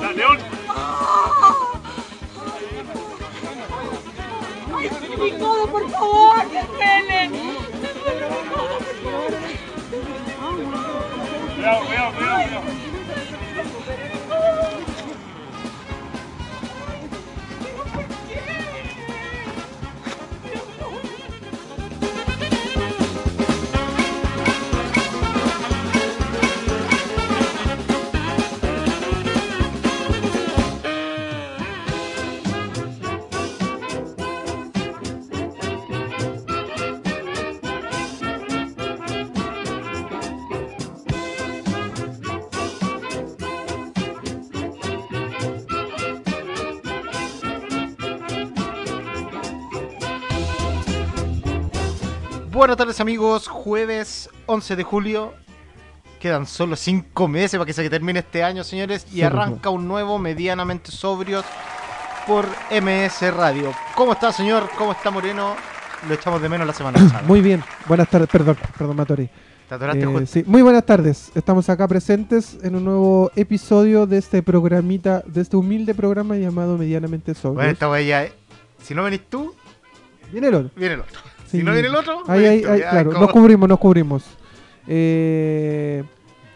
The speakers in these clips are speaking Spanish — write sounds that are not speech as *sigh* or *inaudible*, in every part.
¡La león! ¡Ay, mi codo, por favor! ¡Que duele! ¡Me duele mi codo, por favor! Cuidado, cuidado, cuidado, cuidado. Pero, ¿por qué? Buenas tardes amigos, jueves 11 de julio. Quedan solo 5 meses para que se termine este año, señores, y pues, arranca un nuevo medianamente sobrios por MS Radio. ¿Cómo está, señor? ¿Cómo está Moreno? Lo echamos de menos la *clears throat* semana pasada. Muy bien, buenas tardes, perdón, perdón, me atoré. Te atoraste Eh, justo. sí, muy buenas tardes, estamos acá presentes en un nuevo episodio de este programita, de este humilde programa llamado Medianamente Bueno, Sobre. esta wea ya, eh. Si no venís tú, Viene el otro. viene el otro. Sí. Si no viene el otro, Ahí, venís ahí, tú. ahí, Ya, claro, como- nos cubrimos, nos cubrimos. Eh,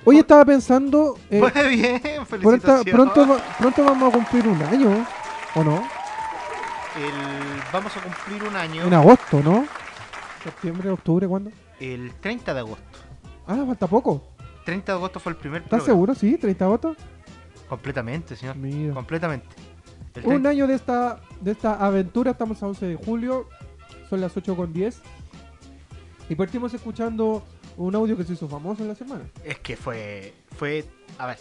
Oh. hoy estaba pensando, *laughs* eh, Muy bien, pronto, felicitaciones. pronto, va- pronto vamos a cumplir un año, ¿o no? El- vamos a cumplir un año En agosto, ¿no? Septiembre, octubre, ¿cuándo? el 30 de agosto. Ah, falta poco. 30 de agosto fue el primer ¿Estás programa. seguro? Sí, 30 votos. Completamente, señor. Mira. Completamente. El Un 30 año de esta, de esta aventura, estamos a 11 de julio, son las 8 con 10. Y partimos escuchando un audio que se hizo famoso en la semana. Es que fue. Fue. A ver.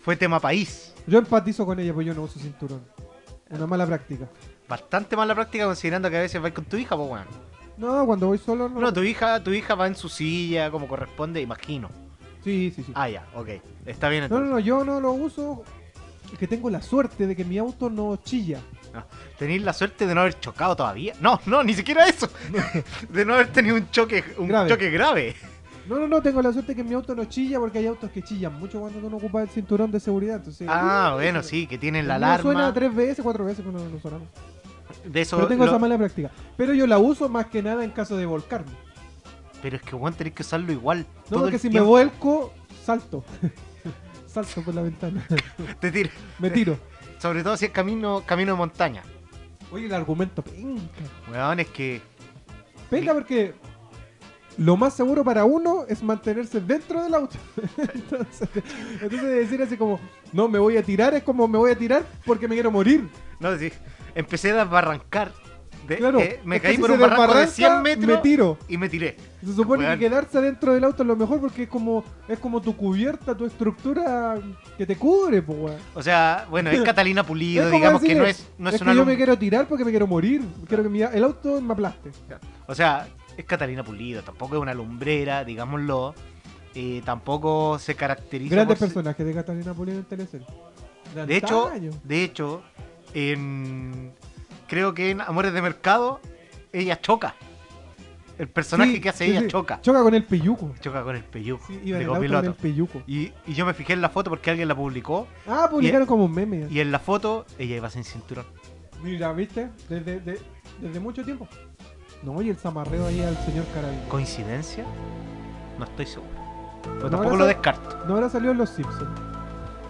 Fue tema país. Yo empatizo con ella, porque yo no uso cinturón. Una mala práctica. Bastante mala práctica considerando que a veces vas con tu hija, pues weón. No, cuando voy solo no. No, tu hija, tu hija va en su silla como corresponde, imagino. Sí, sí, sí. Ah, ya, ok. Está bien No, no, entonces. no, yo no lo uso. Es que tengo la suerte de que mi auto no chilla. Tenéis la suerte de no haber chocado todavía. No, no, ni siquiera *laughs* eso. de no haber tenido un choque, un Grave. choque grave. No, no, no, tengo la suerte de que mi auto no chilla porque hay autos que chillan mucho cuando tú no ocupas el cinturón de seguridad. Entonces, Ah, uh, bueno, sí, que tienen la el mío alarma. suena tres veces, cuatro veces, pero no, no suena. más. De eso, No tengo lo- esa mala práctica. Pero yo la uso más que nada en caso de volcarme. Pero es que weón tenéis que usarlo igual. No, todo el porque si me tiempo. vuelco, salto. *laughs* salto por la ventana. *laughs* Te tira- me tiro. Sobre todo si es camino, camino de montaña. Oye, el argumento penca. Weón, es que. Penca porque lo más seguro para uno es mantenerse dentro del auto. *laughs* entonces, entonces decir así como, no, me voy a tirar, es como me voy a tirar porque me quiero morir. No, sí. Empecé a desbarrancar. De- Claro. eh, me es que caí si por se un barranco de desbarranca, 100 metros Me tiro. y me tiré. Se supone Weón. que quedarse dentro del auto es lo mejor porque es como es como tu cubierta, tu estructura que te cubre, pues, weón. O sea, bueno, *laughs* es Catalina Pulido, como digamos que decir, no es, no es, que una yo lum- me quiero tirar porque me quiero morir. Quiero que mi- el auto me aplaste. O sea, es Catalina Pulido, tampoco es una lumbrera, digámoslo. Eh, tampoco se caracteriza. Grandes por ser- personajes de Catalina Pulido en Telecel. De hecho, de hecho, en. Creo que en Amores de Mercado, ella choca. El personaje que hace ella choca. Choca con el peyuco. Choca con el peyuco Sí, iba de en el auto con el copiloto. peyuco. Y, y yo me fijé en la foto porque alguien la publicó. Ah, publicaron como un meme. Y en la foto, ella iba sin cinturón. Mira, ¿viste? Desde, de- desde mucho tiempo. No, y el zamarreo ahí al señor Carabinero. ¿Coincidencia? No estoy seguro. Pero No, tampoco no lo sé. descarto. No habrá salido en los Simpsons.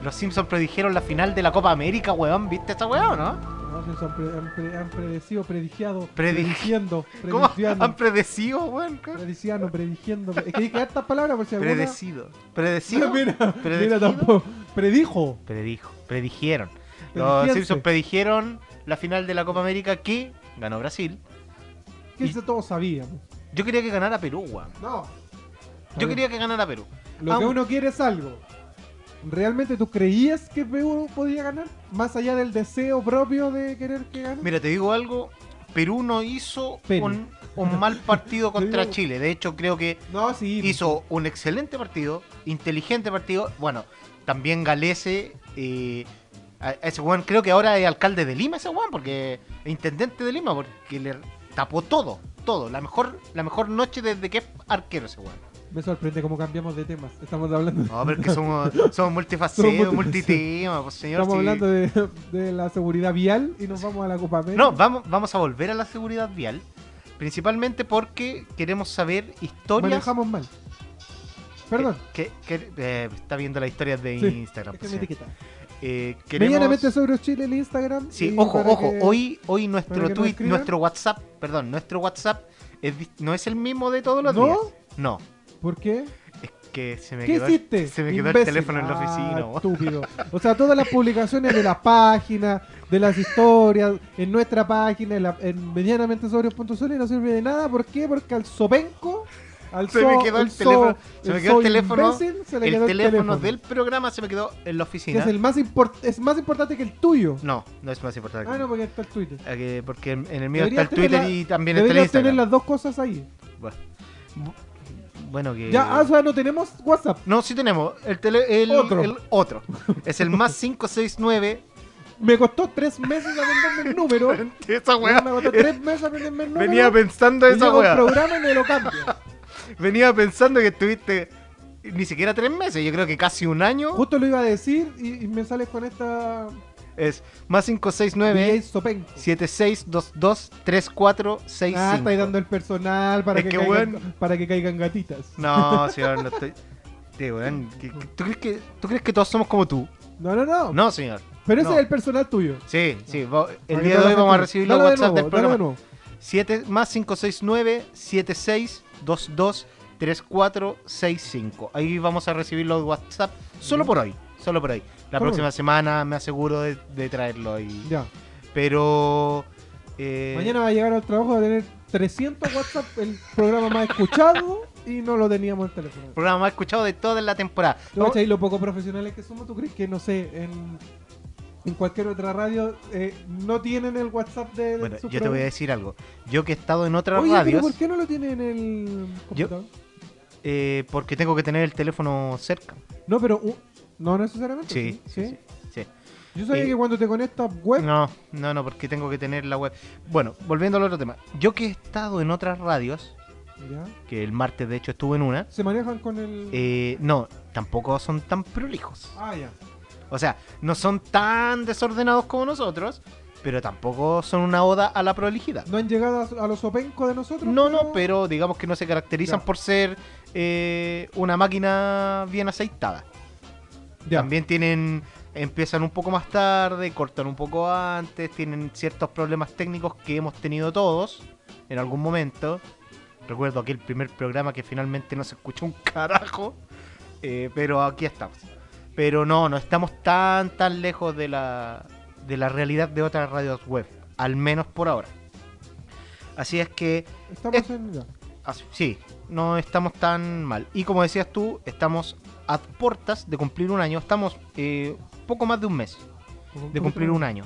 Los Simpsons predijeron la final de la Copa América, weón. ¿Viste esta weón, no? No, se han, pre- han pre- han predecido, predigiado, Predi- prediciendo, ¿Cómo? prediciando, ¿Han predecido, weón? ¿Cómo? prediciando, prediciendo. Es que hay que estas palabras por si alguna... Predecido. Predecido. *laughs* mira, Predecido. mira, tampoco. Predijo. Predijo. Predijeron. Los Predijense. Simpsons predijeron la final de la Copa América que ganó Brasil. Que Y- eso todos sabíamos. Yo quería que ganara Perú, weón. No. Yo quería que ganara Perú. Lo que Ah, uno quiere es algo. ¿Realmente tú creías que Perú podía ganar? Más allá del deseo propio de querer que gane. Mira, te digo algo. Perú no hizo Pene. un, un mal partido *laughs* Te contra digo- Chile. De hecho, creo que no, sí. hizo un excelente partido, inteligente partido. Bueno, también Galese. eh, a- a ese weón, creo que ahora es alcalde de Lima, ese weón, porque es intendente de Lima, porque le tapó todo, todo. La mejor, la mejor noche desde que es arquero ese weón. Me sorprende cómo cambiamos de temas. Estamos hablando, No, pero es que *laughs* somos, somos multifacetas, Somos multifacetas. multitema, pues señor. estamos sí. hablando de, de la seguridad vial y nos vamos a la Copa América. No, vamos, vamos a volver a la seguridad vial. Principalmente porque queremos saber historias. manejamos mal. Perdón. Que, que- eh, está viendo las historias de Sí, Instagram. es que pues, me sí. etiqueta. Eh, queremos- Medianamente sobre Chile el Instagram. Sí, y ojo, para ojo. que- Hoy, hoy para nuestro que nos tweet, escriban. nuestro WhatsApp, perdón, nuestro WhatsApp es dis- no es el mismo de todos los ¿No? días. No, ¿Por qué? es que se me ¿Qué quedó, el- hiciste? se me quedó el Imbécil. teléfono en la Ah, oficina. weón. estúpido. O sea, todas las publicaciones de la página, de las historias, en nuestra página, en, la- en medianamente sobre.sol no sirve de nada. ¿Por qué? Porque al sopenco, al Se me so- quedó el so- teléfono- se me quedó el so teléfono- imbécil, se le el quedó teléfono del programa se me quedó en la que oficina. es el más import- es más importante que el tuyo. No, no es más importante. que Ah, mí. no, porque está el Twitter. Ah, que- porque en en el mío está Deberías el Twitter tener la- y también está el Deberías tener Instagram. las dos cosas ahí. Bueno, Bu- bueno, que. Ya, ah, o sea, no tenemos WhatsApp. No, sí tenemos. El, tele, el Otro. el otro. Es el *laughs* más 569. Me costó tres meses aprenderme *laughs* el número. esa Weón, weá. Me costó tres meses aprenderme el número. Venía pensando y esa llego a un weá. programa y me lo cambio. Venía pensando que estuviste ni siquiera tres meses. Yo creo que casi un año. Justo lo iba a decir y, y me sales con esta Es más DJ 569 Sopenco. 7622 3465. Ah, estáis dando el personal para Es que, que, caigan, weón. para que caigan gatitas. No, señor, no estoy. Sí, weón, ¿qué- qué- ¿tú, crees que, ¿Tú crees que todos somos como tú? No, no, no. No, señor. Pero ese no. es el personal tuyo. Sí, sí. va- El Para día de que hoy todas las vamos a gatitas- recibir los Dalo de WhatsApp nuevo, del dalo programa. de nuevo. 7 más 569 7622 3465. Ahí vamos a recibir los WhatsApp solo Ya. por hoy. Solo por hoy. La Solo próxima hoy. semana me aseguro de, de traerlo. Y... Ya. Pero. eh, Mañana va a llegar al trabajo a tener 300 WhatsApp, el programa más escuchado, y no lo teníamos en teléfono. Programa más escuchado de toda la temporada. ¿Tú cachai lo poco profesionales que somos? ¿Tú crees que, no sé, en, en cualquier otra radio eh, no tienen el WhatsApp de, de Bueno, su yo te voy a programa? decir algo. Yo que he estado en otras Oye, pero radios, ¿por qué no lo tienen en el computador? eh, porque tengo que tener el teléfono cerca. No, pero... uh, no necesariamente. Sí, sí, sí. sí. Yo sabía Eh, que cuando te conectas web... No, no, no, porque tengo que tener la web. Bueno, volviendo al otro tema. Yo que he estado en otras radios, ya, que el martes de hecho estuve en una, se manejan con el... eh, no, tampoco son tan prolijos. ah, ya. O sea, no son tan desordenados como nosotros, pero tampoco son una oda a la prolijidad. ¿No han llegado a, a los opencos de nosotros? No, no, pero digamos que no se caracterizan Ya. por ser eh, una máquina bien aceitada. Ya. También tienen, empiezan un poco más tarde, cortan un poco antes, tienen ciertos problemas técnicos que hemos tenido todos en algún momento. Recuerdo aquel primer programa que finalmente no se escuchó un carajo, eh, pero aquí estamos. Pero no, no estamos tan, tan lejos de la, de la realidad de otras radios web, al menos por ahora. Así es que Estamos Eh. en... ya. Así- sí, no estamos tan mal. Y como decías tú, estamos a puertas de cumplir un año. Estamos eh, poco más de un mes de cumplir un año.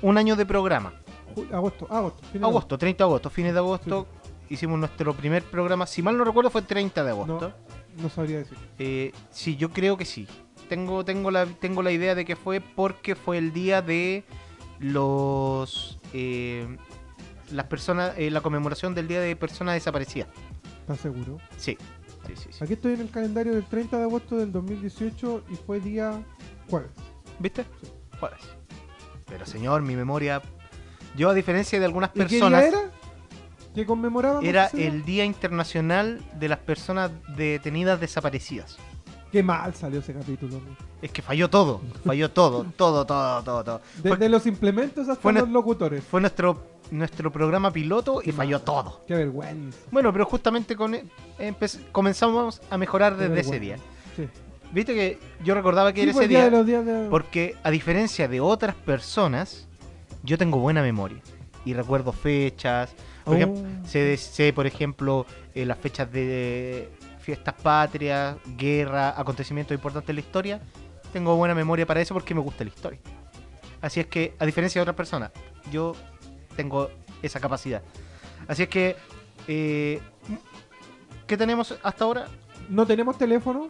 Un año de programa. Ju- Agosto, agosto. final de Agosto, 30 de agosto, fines de agosto. Hicimos nuestro primer programa. Si mal no recuerdo, fue el 30 de agosto. No sabría decir. Eh, sí, yo creo que sí. Tengo, tengo, la, tengo la idea de que fue porque fue el día de los. eh, las personas. eh, la conmemoración del día de personas desaparecidas. ¿Estás seguro? Sí. Sí, sí, sí. Aquí estoy en el calendario del 30 de agosto del 2018 y fue día jueves. ¿Viste? Jueves. Pero señor, mi memoria. Yo, a diferencia de algunas ¿Y qué día personas, era? ¿Que conmemorábamos? era ese día? el Día Internacional de las Personas Detenidas Desaparecidas. Qué mal salió ese capítulo. amigo. Es que falló todo, falló *laughs* todo, todo, todo, todo, todo. Desde Fue, los implementos hasta fue una- los locutores. fue nuestro, nuestro programa piloto y falló todo. Qué vergüenza. Bueno, pero justamente con, empe- comenzamos a mejorar qué desde ese día. vergüenza. Sí. Viste que yo recordaba que Sí, pues era fue ese día, el día de los días de... porque a diferencia de otras personas, yo tengo buena memoria y recuerdo fechas. Por Oh. ejemplo, Sé, sé, por ejemplo, eh, las fechas de fiestas patrias, guerra, acontecimientos importantes de la historia. Tengo buena memoria para eso porque me gusta la historia. Así es que, a diferencia de otras personas, yo tengo esa capacidad. Así es que, eh, ¿qué tenemos hasta ahora? No tenemos teléfono.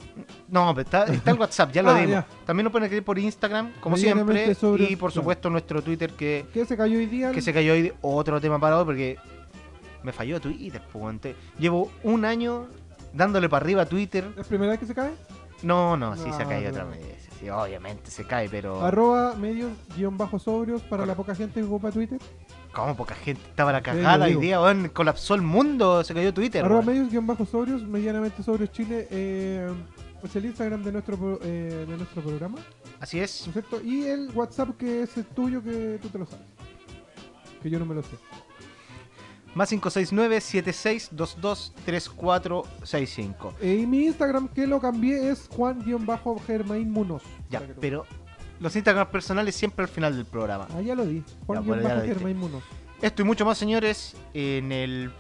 No, pero está, está el WhatsApp, ya lo *laughs* Ah, dimos. ya. También nos pueden escribir por Instagram, como Medianamente siempre. sobre- Y por claro. supuesto nuestro Twitter que ¿Qué se cayó hoy día? que se cayó hoy pues, otro tema parado porque me falló Twitter, po, weón. Te- Llevo un año dándole para arriba a Twitter. ¿Es primera vez que se cae? No, no, sí se ha No, caído no. otra vez. Sí, obviamente se cae, pero. Arroba medios guión bajo sobrios para la poca gente que ocupa Twitter. ¿Cómo poca gente? Estaba la Sí, yo cagada hoy digo. día, weón. Colapsó el mundo, se cayó Twitter. Arroba weón. medios guión bajo sobrios, medianamente sobrios Chile. eh, es el Instagram de nuestro, pro- eh, de nuestro programa, ¿no Así es. es cierto? Y el WhatsApp que es el tuyo que tú te lo sabes. Que yo no me lo sé. Más 569-7622-3465. Eh, y mi Instagram que lo cambié es Juan-Germain Munoz. Ya, Para que lo- pero los Instagram personales siempre al final del programa. Ah, ya lo di. Ya, pues, ya lo diste. Juan-Germain Munoz. Esto y mucho más, señores, en el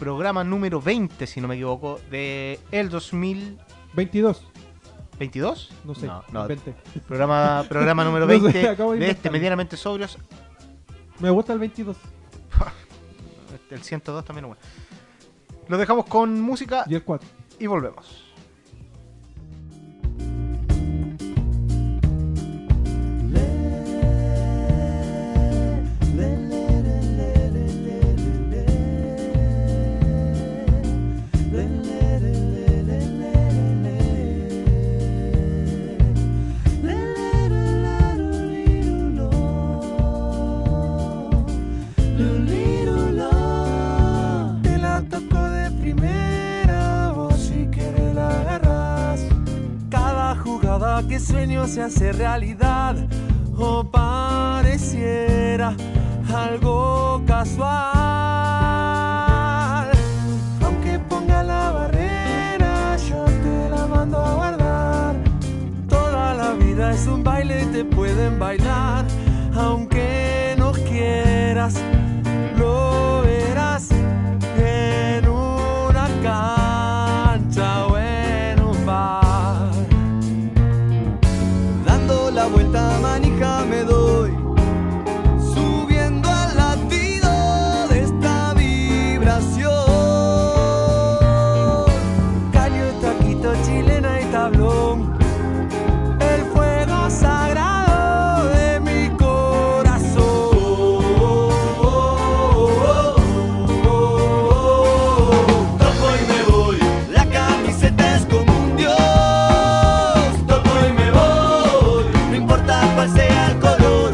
programa número 20, si no me equivoco, de el 2022. 22, no sé. No, no, 20. programa, *laughs* programa número No sé, 20 acabo de de este inventarlo. Medianamente Sobrios. Me gusta el 22. Este, El 102 también es bueno. Lo dejamos con música Y el 4. y volvemos. Te la toco de primera, vos si querés la agarrás. Cada jugada que sueño se hace realidad o pareciera algo casual. Aunque ponga la barrera, yo te la mando a guardar. Toda la vida es un baile, te pueden bailar, aunque no quieras lo verás en una cancha o en un bar. Dando la vuelta manija me doy, subiendo al latido de esta vibración. Calio, taquito, chilena y tablón. El fuego sagrado de mi corazón. Toco y me voy, la camiseta es como un dios. Toco y me voy, no importa cuál sea el color.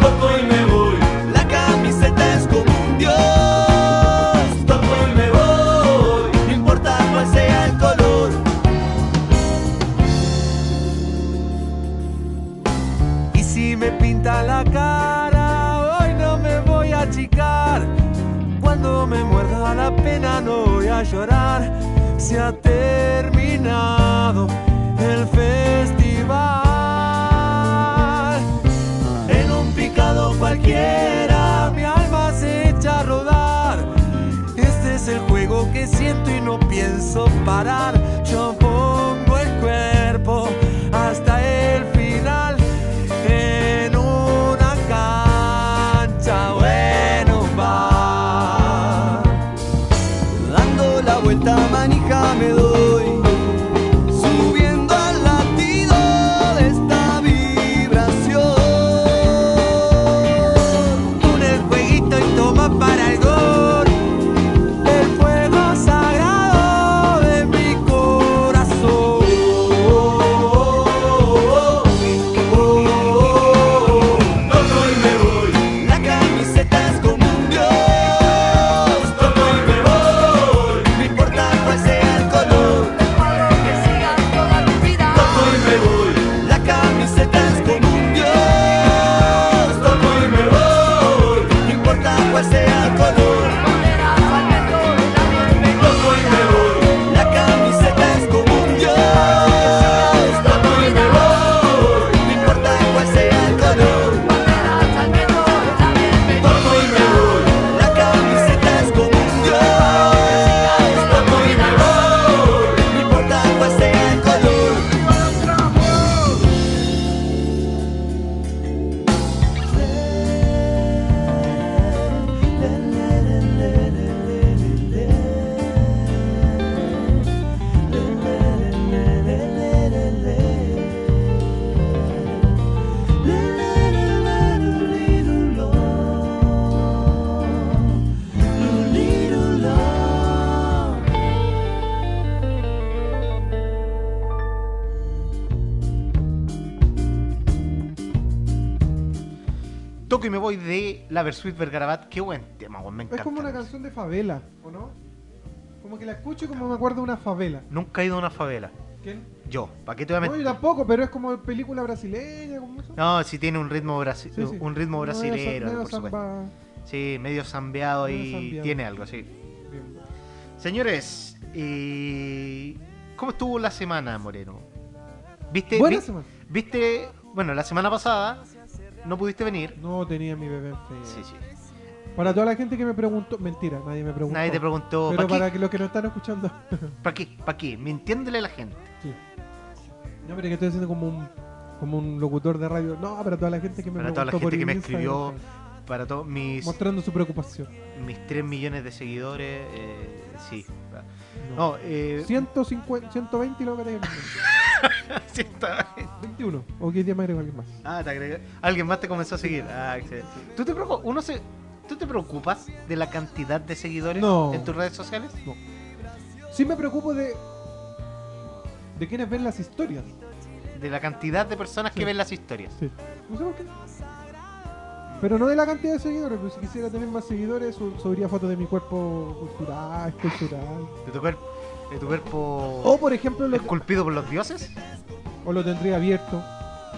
Toco y me voy, la camiseta es como un dios. Toco y me voy, no importa cuál sea el color. Y si me pinta la cara, hoy no me voy a achicar. Cuando me muerda la pena, no voy a llorar. Se ha terminado el festival. En un picado cualquiera, mi alma se echa a rodar. Este es el juego que siento y no pienso parar. Yo pongo el cuerpo hasta el final en una cancha o en un bar. Dando la vuelta manija me doy, subiendo al latido de esta vibración. Con el jueguito y toma para el gol el fuego sagrado de mi corazón. Toco y me voy de la Versuit Vergarabat. Qué buen tema, weón. Me Es encanta. como una canción de favela, ¿o no? Como que la escucho y como me acuerdo de una favela. Nunca he ido a una favela. ¿Quién? Yo, ¿para qué te voy a No, yo mentir? tampoco, pero es como película brasileña, como eso. No, si tiene un ritmo, brasi- Sí, sí. Un ritmo Medio brasilero, sa- medio por supuesto. samba. Sí, medio zambeado Medio y zambeado. tiene algo, sí. Bien. Señores, eh, ¿cómo estuvo la semana, Moreno? ¿Viste? Buena vi- semana. ¿Viste? Bueno, la semana pasada no pudiste venir. No tenía mi bebé enfermo. Sí, sí. Para toda la gente que me preguntó, mentira, nadie me preguntó. Nadie te preguntó, Pero ¿para para qué? que los que nos están escuchando. ¿Para qué? ¿Para qué? Mintiéndole a la gente. Sí. No, pero que estoy haciendo como un, como un locutor de radio. No, para toda la gente que me Para toda la preguntó por gente que me Instagram, Para todos mis, Mostrando su preocupación. mis 3 millones de seguidores, eh, sí. No. No, eh, *laughs* 150, 120 y luego que te 120. 21. O qué día me agregó alguien más. Ah, te agregué. Alguien más te comenzó a seguir. Ah, excelente. ¿Tú te, preocup- uno se- ¿Tú te preocupas de la cantidad de seguidores No. en tus redes sociales? Sí me preocupo de. de quienes ven las historias. De la cantidad de personas que Sí. ven las historias. Sí. No sé por qué. Pero no de la cantidad de seguidores, pero si quisiera tener más seguidores, sub- subiría fotos de mi cuerpo cultural, escultural. De tu, cuerpo de tu cuerpo O por ejemplo, Oh, lo, esculpido por los dioses. o lo tendría abierto.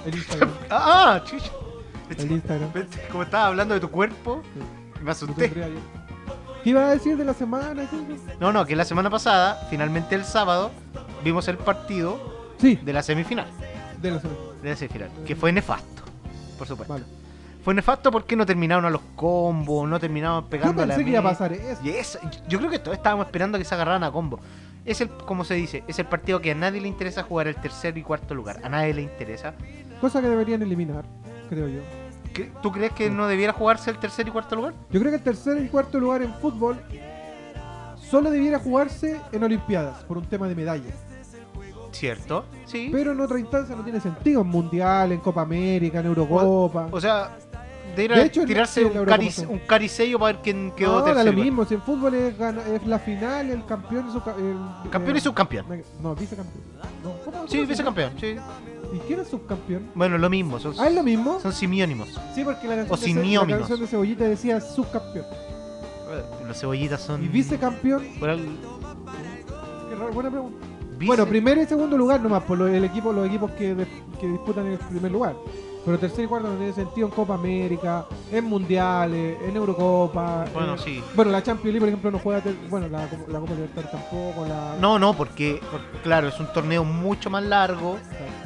El Instagram. Ah, ah, chucha. El Instagram. Pensé- Como estaba hablando de tu cuerpo, me Lo asusté. tendría abierto. ¿Qué iba a decir de la semana? ¿Qué- qué? No, no, que la semana pasada, finalmente el sábado, vimos el partido Sí, de la semifinal. de la semana. De la semifinal, que fue nefasto, por supuesto. Vale. Fue nefasto porque no terminaron a los combos, no terminaban Yo pegando a la pensé que iba a media. pasar eso. Y eso, yo creo que todos estábamos esperando que se agarraran a combo. Es el, como se dice, es el partido que a nadie le interesa jugar el tercer y cuarto lugar. A nadie le interesa. Cosa que deberían eliminar, creo yo. ¿Cre- ¿Tú crees que no debiera jugarse el tercer y cuarto lugar? Yo creo que el tercer y cuarto lugar en fútbol solo debiera jugarse en Olimpiadas por un tema de medallas. ¿Cierto? Sí. Pero en otra instancia no tiene sentido. En Mundial, en Copa América, en Eurocopa. o sea, de ir a De hecho, en- tirarse sí, en un, la Eurocopa carice- fue. un caricello para ver quién quedó no, da tercero. lo mismo. Si en fútbol es, gana- es la final, el campeón es su el, Campeón eh, y subcampeón. No, vicecampeón. No, ¿cómo- Sí, cómo se vicecampeón. Sí. llama? ¿Y quién es subcampeón? Bueno, lo mismo. Son, Ah, es lo mismo. son simiónimos. Sí, porque la o canción, de, Ce- la simióminos. canción de Cebollita decía subcampeón. Los cebollitas son. Y vicecampeón, por al- qué raro, buena pregunta. vice- Bueno, primero y segundo lugar nomás, por lo- el equipo, los equipos que, de- que disputan el primer lugar. Pero tercer y cuarto no tiene sentido en Copa América, en Mundiales, en Eurocopa. Bueno, eh, sí. Bueno, la Champions League, por ejemplo, no juega. ter- Bueno, la, Copa- la Copa Libertadores tampoco. La, No, no, porque, porque, claro, es un torneo mucho más largo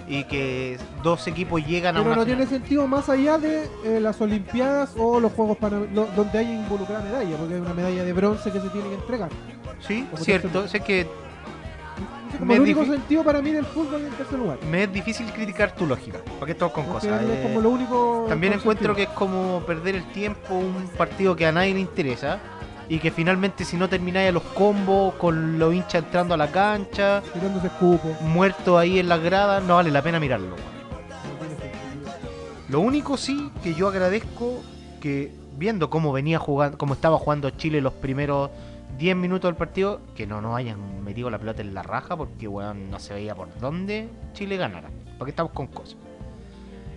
y que dos equipos llegan a Pero una no final. tiene sentido más allá de eh, las Olimpiadas o los Juegos Panamericanos, donde hay involucrada medalla, porque hay una medalla de bronce que se tiene que entregar. Sí, como cierto. tercer- Sé que Entonces, como Me el único difi- sentido para mí del fútbol en tercer lugar. me es difícil criticar tu lógica. ¿Para qué todos con Porque cosas? es Eh, como lo único. También con encuentro que sentido. es como perder el tiempo un partido que a nadie le interesa y que finalmente si no termináis a los combos con los hinchas entrando a la cancha, Tirándose escupos. muertos ahí en las gradas, no vale la pena mirarlo. weón. no tiene sentido. Lo único sí que yo agradezco que viendo cómo venía jugando, cómo estaba jugando Chile los primeros 10 minutos del partido, que no nos hayan metido la pelota en la raja porque weón, no se veía por dónde Chile ganara. Porque estamos con cosas.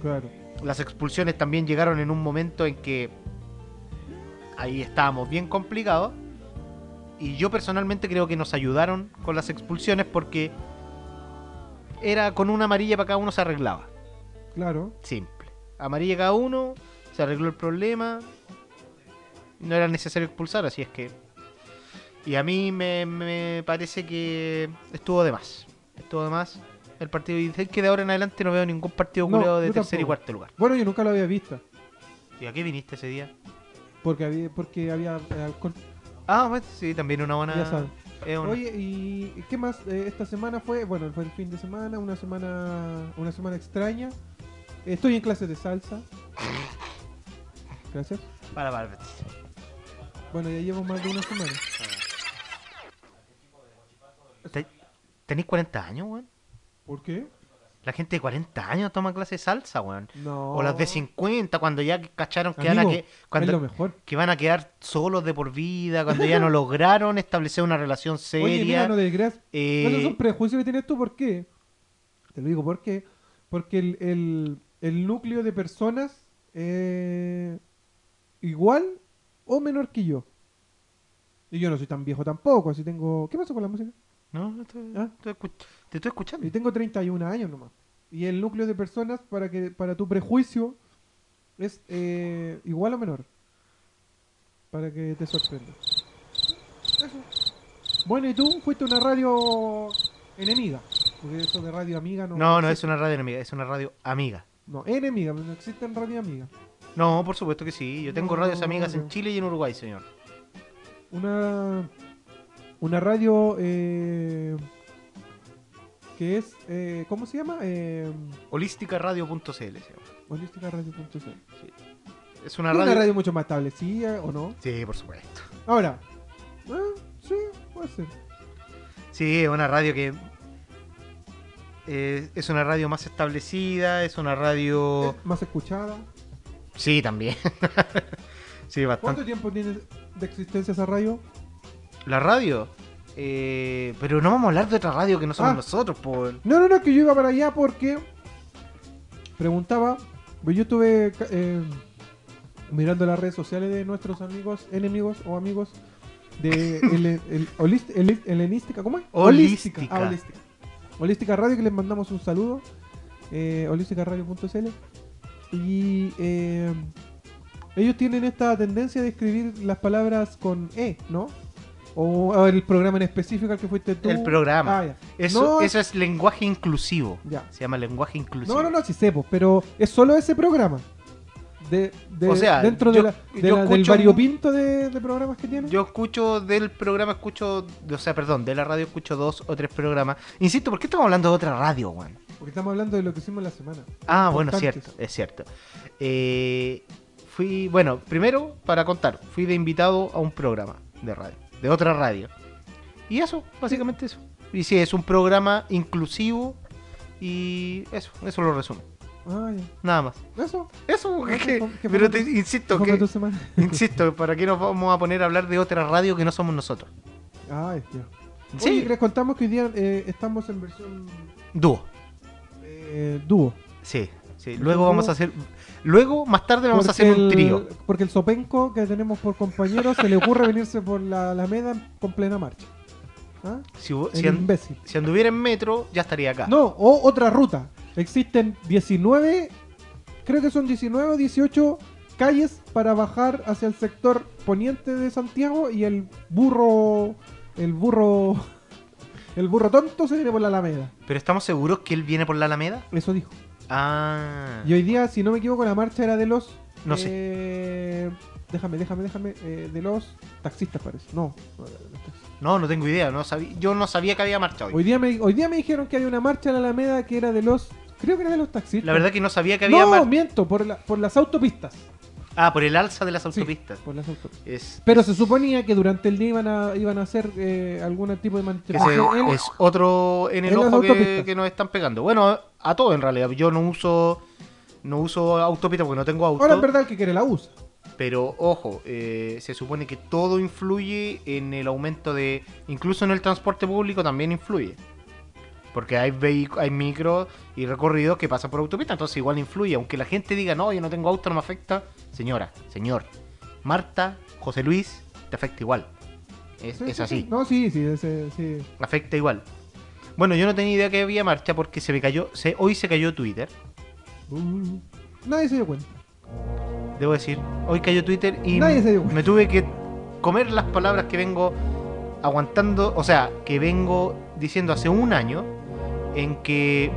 Claro. las expulsiones también llegaron en un momento en que ahí estábamos bien complicados. Y yo personalmente creo que nos ayudaron con las expulsiones porque era con una amarilla para cada uno se arreglaba. Claro. Simple. Amarilla cada uno, se arregló el problema. No era necesario expulsar, así es que... Y a mí me, me parece que estuvo de más. Estuvo de más el partido. Y sé que de ahora en adelante no veo ningún partido No, culeado de yo tercer y tampoco. cuarto lugar. Bueno, yo nunca lo había visto. ¿Y a qué viniste ese día? Porque había, porque había eh, alcohol. Ah, bueno, sí, también una buena. Ya sabes. es una- Oye, ¿y qué más? Eh, esta semana fue, bueno, fue el fin de semana, una semana, una semana extraña. Estoy en clases de salsa. Gracias. Para, para. Bueno, ya llevo más de una semana. Te- ¿Tenés 40 años, weón? ¿Por qué? La gente de 40 años toma clase de salsa, weón. No. O las de 50, cuando ya cacharon que, van, a Oh. Amigo, que, Es lo cuando, mejor. que van a quedar solos de por vida, cuando ya *laughs* no lograron establecer una relación seria. Oye, mira, no desgracias. eh, Esos son prejuicios que tienes tú, ¿por qué? Te lo digo, ¿por qué? Porque el, el- el núcleo de personas eh, igual o menor que yo. Y yo no soy tan viejo tampoco, así tengo... ¿Qué pasó con la música? No, no estoy- ¿Ah? estoy escu- te estoy escuchando. Yo tengo 31 años nomás. Y el núcleo de personas, para que para tu prejuicio, es eh, igual o menor. Para que te sorprenda. Eso. Bueno, y tú fuiste una radio enemiga. Porque eso de radio amiga no. No, no es existe. una radio enemiga, es una radio amiga. No, enemiga, no existen radio amiga. No, por supuesto que sí. Yo tengo No, radios amigas no. en Chile y en Uruguay, señor. Una. Una radio. eh, que es. eh, ¿Cómo se llama? Eh, Holísticaradio.cl, señor. holísticaradio.cl. Es una Y radio... Una radio mucho más establecida, ¿o no? Sí, por supuesto. Ahora, ah, sí, puede ser. Sí, es una radio que... eh, es una radio más establecida, es una radio... Es Más escuchada. Sí, también. *laughs* sí, bastante. ¿Cuánto tiempo tiene de existencia esa radio? La radio. eh, pero no vamos a hablar de otra radio que no somos Ah. nosotros, por... No, no, no, que yo iba para allá porque preguntaba, pues yo estuve ca- eh, mirando las redes sociales de nuestros amigos, enemigos o amigos de *laughs* el, el, holist- el- helenística, ¿cómo es? Holística. Ah, holística. Holística Radio, que les mandamos un saludo, eh, holísticaradio.cl y eh, ellos tienen esta tendencia de escribir las palabras con E, ¿no? O, o el programa en específico al que fuiste tú. El programa. Ah, ya. Eso, No, eso es lenguaje inclusivo. Ya. Se llama lenguaje inclusivo. No, no, no, sí sepo, pero es solo ese programa. De, de- O sea, dentro de yo- la- de yo la- del escucho- variopinto de, de programas que tiene. Yo escucho del programa, escucho, o sea, perdón, de la radio escucho dos o tres programas. Insisto, ¿por qué estamos hablando de otra radio, Juan? Porque estamos hablando de lo que hicimos la semana. Ah, bueno, Importantes. cierto, es cierto. Eh, fui, bueno, primero, para contar, fui de invitado a un programa de radio, de otra radio. Y eso, básicamente eso. Y sí, es un programa inclusivo y eso, eso lo resumo. Ah, Nada más. ya. Eso. Eso, ¿Qué- que- qué- qué pero fue te, tu- insisto, ¿Cómo fue que, tu semana? *laughs* insisto, ¿para qué nos vamos a poner a hablar de otra radio que no somos nosotros? Ay, ya. Sí. Oye, que les contamos que hoy día eh, estamos en versión Dúo. eh, dúo. Sí, sí. Luego vamos a hacer. Luego, más tarde, vamos a Porque hacer un el- trío. Porque el sopenco que tenemos por compañero se le ocurre venirse por la Alameda con plena marcha. ¿Ah? Si, hu- El si an- imbécil. si anduviera en metro, ya estaría acá. No, o otra ruta. Existen 19, creo que son 19 o 18 calles para bajar hacia el sector poniente de Santiago y el burro, el burro, *laughs* el burro tonto se viene por la Alameda. Pero estamos seguros que él viene por la Alameda. Eso dijo. Ah. Y hoy día, si no me equivoco, la marcha era de los... No eh, Déjame, déjame, déjame. eh, de los taxistas parece. No. no, de los taxistas. No, no tengo idea. No sabí- yo no sabía que había marcha hoy. Hoy día, me, hoy día me dijeron que había una marcha en la Alameda que era de los... Creo que era de los taxistas. La verdad que no sabía que había no, marcha. miento, por, la- por las autopistas. Ah, por el alza de las Sí, autopistas. por las autopistas. Es, Pero se suponía que durante el día iban a, iban a hacer eh, algún tipo de que se- manifestación. en- es otro en el en las ojo que, autopistas. que nos están pegando. Bueno, a todo en realidad. Yo no uso. No uso autopista porque no tengo auto. Ahora es verdad el que quiere la usa. Pero ojo, eh, se supone que todo influye en el aumento de... Incluso en el transporte público también influye. Porque hay, vehi- hay micros y recorridos que pasan por autopista, entonces igual influye. Aunque la gente diga, no, yo no tengo auto, no me afecta. Señora, señor, Marta, José Luis, te afecta igual. Es, Sí, es sí, así, sí. No, sí, sí, ese- sí. afecta igual. Bueno, yo no tenía idea que había marcha porque se me cayó... se- hoy se cayó Twitter. Uh, nadie se dio cuenta. Debo decir, hoy cayó Twitter y Nadie se dio cuenta. me tuve que comer las palabras que vengo aguantando, o sea, que vengo diciendo hace un año en que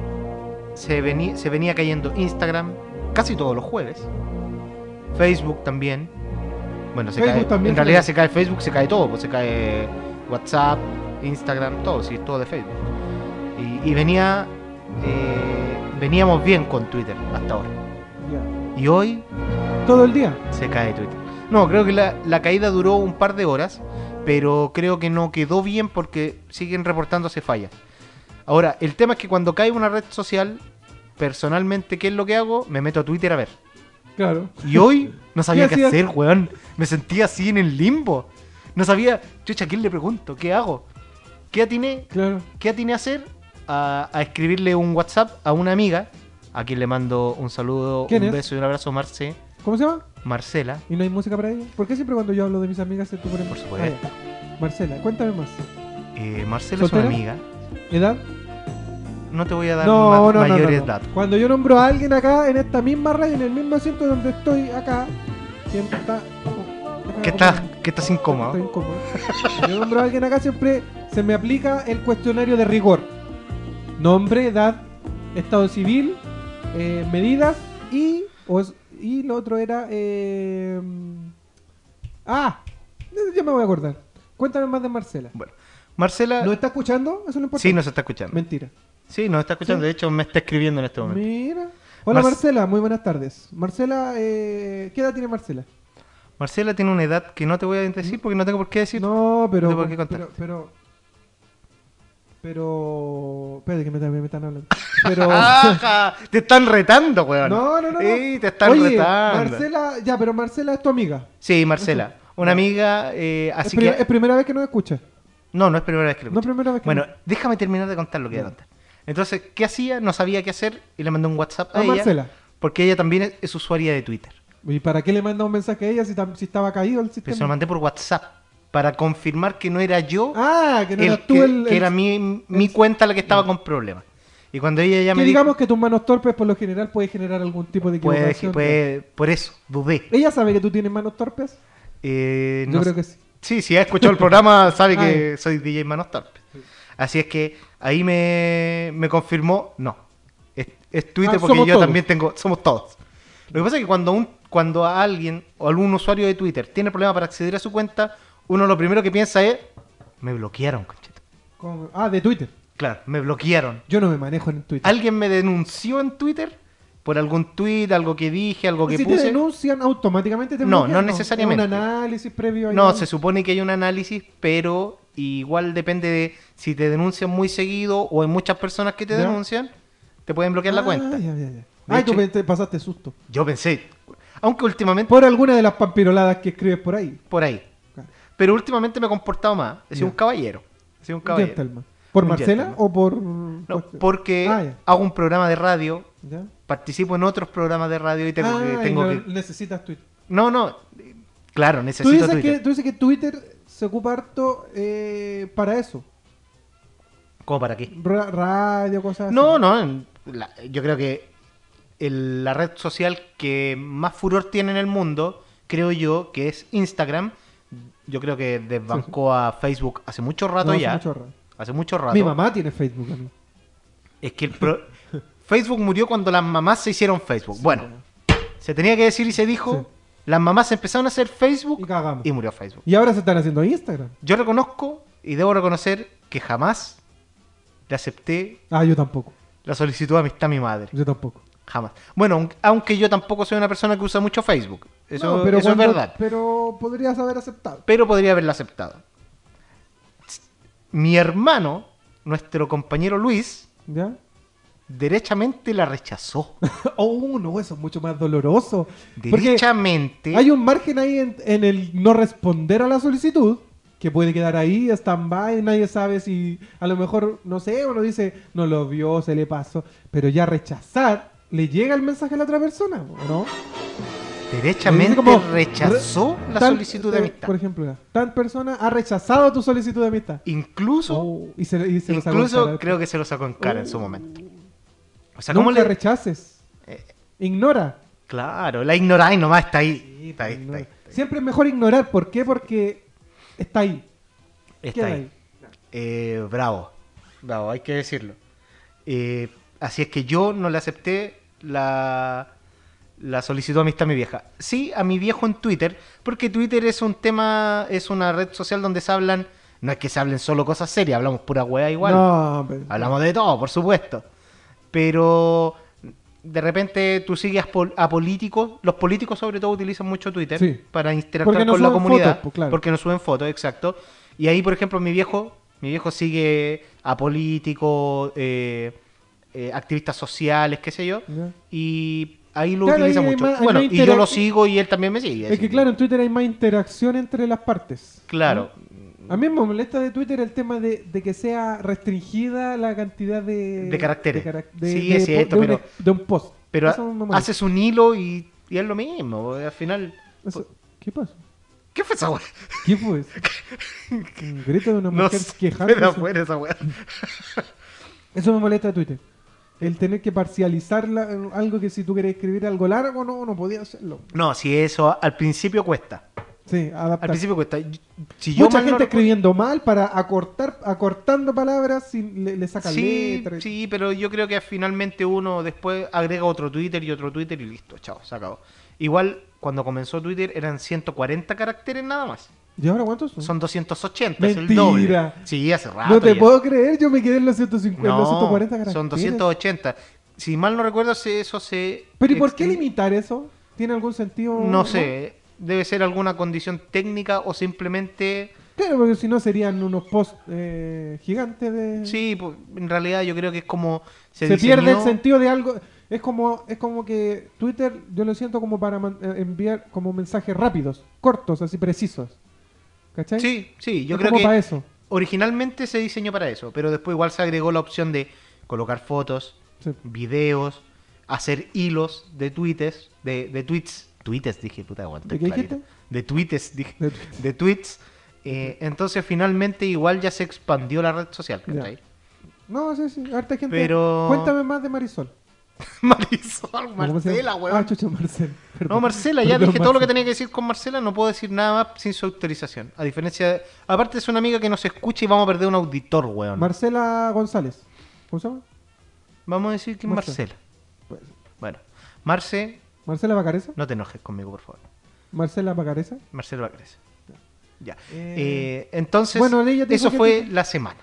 se, veni- se venía cayendo Instagram casi todos los jueves, Facebook también. Bueno, se Facebook cae, también en se realidad cae. se cae Facebook, se cae todo, pues se cae WhatsApp, Instagram, todo, sí, todo de Facebook. Y, y venía, eh, veníamos bien con Twitter hasta ahora. Ya. Y hoy Todo el día. se cae Twitter. No, creo que la, la caída duró un par de horas, pero creo que no quedó bien porque siguen reportándose fallas. Ahora, el tema es que cuando cae una red social, personalmente, ¿qué es lo que hago? Me meto a Twitter a ver. Claro. Y hoy no sabía ¿Qué qué hacías? hacer, weón. Me sentía así en el limbo. No sabía, chucha, ¿a quién le pregunto? ¿Qué hago? ¿Qué atiné *laughs* Claro. ¿qué atiné a hacer? A, a escribirle un WhatsApp a una amiga, a quien le mando un saludo, ¿Quién un es? beso y un abrazo, Marce. ¿Cómo se llama? Marcela. ¿Y no hay música para ella? ¿Por qué siempre cuando yo hablo de mis amigas se tú pones Por supuesto. Ah, ya. Marcela, cuéntame más. Eh, Marcela es una ¿Soltera? amiga. ¿Edad? No te voy a dar ma- No, no, no, no, mayores no. datos. Cuando yo nombro a alguien acá, en esta misma radio, en el mismo asiento donde estoy acá, siempre está... Que estás, que estás incómodo. Estoy incómodo. Cuando yo nombro a alguien acá, siempre se me aplica el cuestionario de rigor. Nombre, edad, estado civil, eh, medidas y... o es- y lo otro era... eh, ah, ya me voy a acordar. Cuéntame más de Marcela. Bueno, Marcela. ¿No está escuchando? Eso no importa. sí, nos está escuchando. Mentira. Sí, nos está escuchando. Sí. De hecho, me está escribiendo en este momento. Mira. Hola Mar- Marcela, muy buenas tardes. Marcela, eh, ¿qué edad tiene Marcela? Marcela tiene una edad que no te voy a decir porque no tengo por qué decir. No, pero. No tengo por qué pero, contarte. pero. Pero. Espérate que me, me están hablando. *laughs* Pero. ¡Ajá! Te están retando, weón. no, no, no. no. Ah, Sí, te están Oye, retando. Marcela, ya, pero Marcela es tu amiga. Sí, Marcela. Una amiga, eh, es, así pri- que... es primera vez que nos escucha. No, no es primera vez que lo No es escucho. primera vez que Bueno, lo- déjame terminar de contar lo que iba a Ya. contar. Entonces, ¿qué hacía? No sabía qué hacer y le mandé un WhatsApp a, A ella. Marcela. Porque ella también es, es usuaria de Twitter. ¿Y para qué le manda un mensaje a ella si, tam- si estaba caído el Pero sistema? se lo mandé por WhatsApp para confirmar que no era yo, Ah, que no el eras tú que, el. que el- era mi, mi el- cuenta la que estaba con problemas. Y cuando ella ya que me dijo- digamos que tus manos torpes por lo general puede generar algún tipo de Puede, equivocación. puede- pues, por eso, dudé. ¿Ella sabe que tú tienes manos torpes? Eh, Yo no creo sé- que sí. Sí, si ha escuchado el programa *laughs* sabe Ah, que soy DJ Manos Torpes. Así es que ahí me, me confirmó, no, es, es Twitter Ah, porque yo somos todos. también tengo, somos todos. Lo que pasa es que cuando, un, cuando a alguien o algún usuario de Twitter tiene problemas para acceder a su cuenta, uno lo primero que piensa es, me bloquearon, conchito. Con- Ah, de Twitter. Claro, me bloquearon. Yo no me manejo en Twitter. Alguien me denunció en Twitter por algún tweet, algo que dije, algo que si te puse. denuncian, automáticamente te No, bloquean, no necesariamente. Es Un análisis previo. ahí, No, se supone que hay un análisis, pero igual depende de si te denuncian muy seguido o hay muchas personas que te ¿Ya? denuncian, te pueden bloquear la cuenta. Ah, ya, ya, ya. De Ay, hecho- tú pe- te pasaste susto. Yo pensé, aunque últimamente por, Por alguna de las pampiroladas que escribes por ahí. ahí, Claro. pero últimamente me he comportado más, he sido Ya. un caballero, he sido un caballero. Gentleman. ¿Por Un Marcela gentleman. o por.? No, por- porque Ah, ya. hago un programa de radio, ¿Ya? participo en otros programas de radio y tengo Ah, que y tengo no- que Necesitas Twitter. No, no, claro, Tú necesito dices, que, Twitter. tú dices que Twitter se ocupa harto eh, para eso. ¿Cómo para qué? Ra- radio, cosas así. No, no. en- la- yo creo que el- la red social que más furor tiene en el mundo, creo yo, que es Instagram. Yo creo que desbancó a Facebook hace mucho rato No, hace ya. mucho rato. Hace mucho rato. Mi mamá tiene Facebook a mí. Es que el pro- Facebook murió cuando las mamás se hicieron Facebook. bueno, se tenía que decir y se dijo. Las mamás empezaron a hacer Y Facebook cagamos. y, murió Facebook. Y ahora se están haciendo Instagram. Yo reconozco y debo reconocer que jamás le acepté Ah, yo tampoco. la solicitud de amistad a mi madre. Yo tampoco. Jamás. Bueno, aun- aunque yo tampoco soy una persona que usa mucho Facebook. Eso, No, pero eso cuando- es verdad. Pero podrías haber aceptado. Pero podría haberla aceptado. Mi hermano, nuestro compañero Luis, *laughs* ¿Ya? derechamente la rechazó. Oh, no, eso es mucho más doloroso. Porque derechamente. hay un margen ahí en, en el no responder a la solicitud, que puede quedar ahí, stand-by, nadie sabe si a lo mejor, no sé, uno dice, no lo vio, se le pasó, pero ya rechazar, le llega el mensaje a la otra persona, ¿o ¿no? Derechamente Dice como, rechazó re- la tal- solicitud de eh, amistad. Por ejemplo, tal persona ha rechazado tu solicitud de amistad. Incluso, Oh, y se, y se lo sacó en cara. eh. incluso creo que se lo sacó en cara en su momento. O sea, ¿cómo Nunca le rechaces? Eh, Ignora. Claro, la ignoráis nomás, está ahí. Está ahí, está Ignora. ahí. Siempre es mejor ignorar. ¿Por qué? Porque está ahí. Está queda ahí. Eh, bravo, bravo, hay que decirlo. Eh, así es que yo no le acepté la, la solicitud de amistad a mi vieja. Sí, a mi viejo en Twitter, porque Twitter es un tema, es una red social donde se hablan, no es que se hablen solo cosas serias, hablamos pura hueá igual. No, hombre. Hablamos de todo, por supuesto. Pero de repente tú sigues pol- a políticos, los políticos sobre todo utilizan mucho Twitter Sí. para interactuar Porque no con la suben comunidad, fotos, pues, claro. porque no suben fotos, exacto. Y ahí, por ejemplo, mi viejo, mi viejo sigue a políticos, eh, eh, activistas sociales, qué sé yo, Ya. y ahí lo Claro, utiliza ahí hay mucho. más- hay bueno, más y yo lo interac- sigo y él también me sigue. Es así que claro, en Twitter hay más interacción entre las partes. Claro. A mí me molesta de Twitter el tema de, de que sea restringida la cantidad de... De caracteres. carac- de- Sí, de es po- cierto, de un- pero- de un post. Pero Eso me molesta. haces un hilo y, Y es lo mismo, porque al final. Eso- ¿Qué pasó? ¿Qué fue esa weá? ¿Qué *laughs* fue eso? Un grito de una No mujer sé, fue de quejándose. afuera esa weá. Eso me molesta de Twitter. El tener que parcializar la- algo que si tú querés escribir algo largo, no, no podía hacerlo. No, si eso al principio cuesta. Sí, Al adaptar. principio cuesta. Y- Si yo Mucha mal no gente recuerdo- escribiendo mal para acortar, acortando palabras, sin, le, le saca Sí, letra. sí, pero yo creo que finalmente uno después agrega otro Twitter y otro Twitter y listo, chao, se acabó. Igual cuando comenzó Twitter eran 140 caracteres nada más. ¿Y ahora cuántos son? Son 280, es el Mm. Mentira. doble. Sí, hace rato. no te ya. puedo creer, yo me quedé en los 150, en No, los 140 caracteres. son 280. Si mal no recuerdo, se- eso se. Pero ¿y por qué extin- limitar eso? ¿Tiene algún sentido? No sé. Debe ser alguna condición técnica o simplemente. Claro, porque si no serían unos posts eh, gigantes de... Sí, po- en realidad yo creo que es como. se, Se, diseñó- pierde el sentido de algo. Es como, es como que Twitter yo lo siento como para man- eh, enviar como mensajes rápidos, cortos, así precisos. ¿Cachai? Sí, sí, yo ¿eh? Es creo como que. para eso. Originalmente se diseñó para eso, pero después igual se agregó la opción de colocar fotos, Sí. videos, hacer hilos de tweets, de, de tweets, tweets dije, puta aguanta. ¿De qué clarita. dijiste? De tweets, dije, De- de tweets. Eh, entonces finalmente igual ya se expandió la red social, Ya. ¿cachai? *laughs* No, sí, sí, harta gente. Pero- Cuéntame más de Marisol. Marisol, ¿Cómo se Marcela, llama? weón. Ah, chucha, Marcela. No, perdón. Marcela, ya Perdón, dije todo lo que Marcela. tenía que decir con Marcela, no puedo decir nada más sin su autorización. A diferencia de... Aparte es una amiga que nos escucha y vamos a perder un auditor, weón. Marcela González. ¿Cómo se llama? Vamos a decir que es Marcela. Marcela. Pues, Bueno, Marce, Marcela Bacareza. no te enojes conmigo, por favor. Marcela Bacareza. Marcela Bacares. Ya. Eh, Eh, entonces, bueno, ella dijo eso que- fue la semana.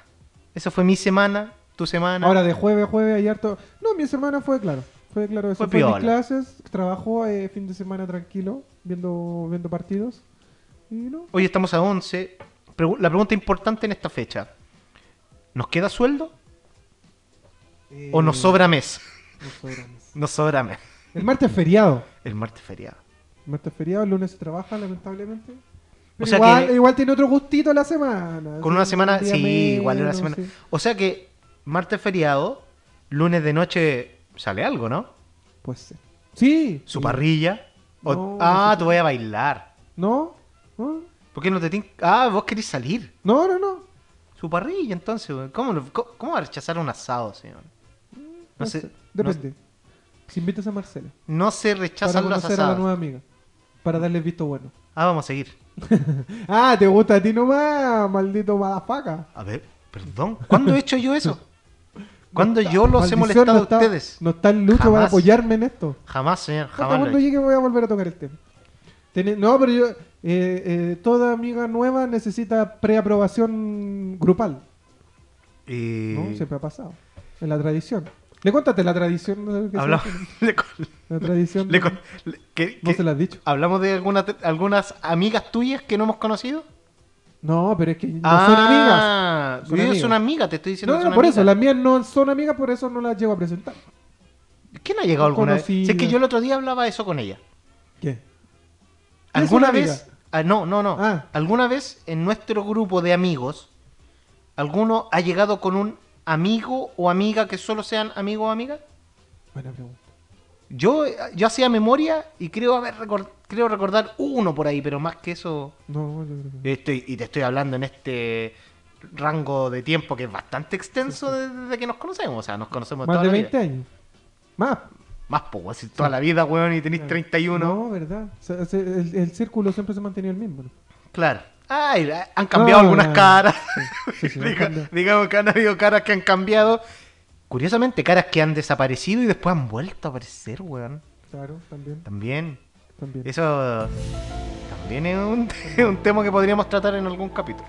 Eso fue mi semana, tu semana. Ahora de jueves a jueves ayer todo. No, mi semana fue claro. Fue claro eso. Fue Fue mis piola. clases, trabajo eh, fin de semana tranquilo, viendo, viendo partidos. Y no. Hoy estamos a 11. Pregu- la pregunta importante en esta fecha. ¿Nos queda sueldo o nos Eh, sobra mes? nos sobra más. Nos sobra mes. El martes es feriado. El martes feriado. El martes es feriado, el lunes se trabaja, lamentablemente. Pero sea igual, que- igual tiene otro gustito la semana. Con Sí, una semana, día sí, menos, igual una semana. sí. O sea que martes feriado, lunes de noche sale algo, ¿no? Pues sí. Sí. Su Sí. parrilla. O- No, ah, no sé. tú vas a bailar. No. No, ¿Por qué no te tin- Ah, vos querés salir. no, no. no. Su parrilla, entonces, weón. ¿cómo, lo- co- cómo va a rechazar un asado, señor? No se, no, Depende. Si invitas a Marcela. no se para rechazan los conocer a la asados. nueva amiga. Para darle el visto bueno. Ah, vamos a seguir. Ah, te gusta a ti nomás, maldito madafaca. A ver, perdón. ¿Cuándo he hecho yo *laughs* eso? ¿Cuándo yo los he Maldición, molestado no a está- ustedes? No está en lucha para Jamás. apoyarme en esto. Jamás, señor, Hasta jamás. lo cuando he hecho. llegue voy a volver a tocar el tema. Tene- no, pero yo... eh, eh, toda amiga nueva necesita preaprobación grupal. Eh, ¿no? Siempre ha pasado. En la tradición. Le contaste la tradición. ¿no? que se hablamos- *laughs* hace? le con- La tradición. *laughs* le de- con- le- que- No que- se la has dicho. ¿Hablamos de alguna, algunas amigas tuyas que no hemos conocido? No, pero es que no son amigas. ah, son yo amigas. es una amiga, te estoy diciendo. No, que no, son por amigas. eso, las mías no son amigas, por eso no las llevo a presentar. ¿Quién ha llegado alguna vez? Si es que Conocida. yo el otro día hablaba eso con ella. ¿Qué? ¿Qué es ¿Alguna una amiga? vez? Ah, no, no, no. Ah. ¿Alguna vez en nuestro grupo de amigos, alguno ha llegado con un amigo o amiga que solo sean amigo o amiga? Buena pregunta. Yo, eh, yo hacía memoria y creo haber recor- creo recordar uno por ahí, pero más que eso. No, yo creo que no. Estoy, y te estoy hablando en este rango de tiempo que es bastante extenso desde que nos conocemos. O sea, nos conocemos Más toda de la 20 vida. años. Más. Más, pues, si toda la vida, weón, y tenés Claro. 31. No, verdad. O sea, se- el, el círculo siempre se mantenía el mismo. ¿no? Claro. Ay, eh, han cambiado Ah, algunas caras. Sí, sí, *laughs* han Diga- cambiado. digamos que han habido caras que han cambiado. Curiosamente, caras que han desaparecido y después han vuelto a aparecer, weón. Claro, también. También. también. Eso también es un, *laughs* un tema que podríamos tratar en algún capítulo.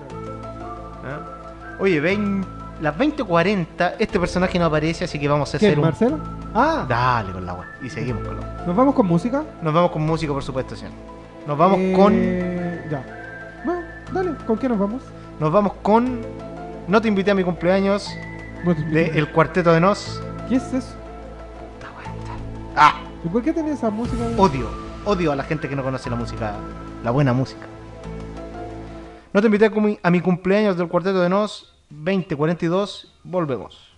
¿Ah? Oye, vein- las 20.40, este personaje no aparece, así que vamos a ¿Qué, hacer un... Marcelo? Ah, Dale con la weá. Y seguimos con la weá. nos vamos con música. Nos vamos con música, por supuesto, señor. Nos vamos Eh, con... Ya. Bueno, dale, ¿con qué nos vamos? Nos vamos con... No te invité a mi cumpleaños. de El Cuarteto de Nos. ¿Qué es eso? Ah, ¿Y por qué tenés esa música? de- odio, odio a la gente que no conoce la música, la buena música. No te invité a mi, a mi cumpleaños del Cuarteto de Nos 2042. Volvemos.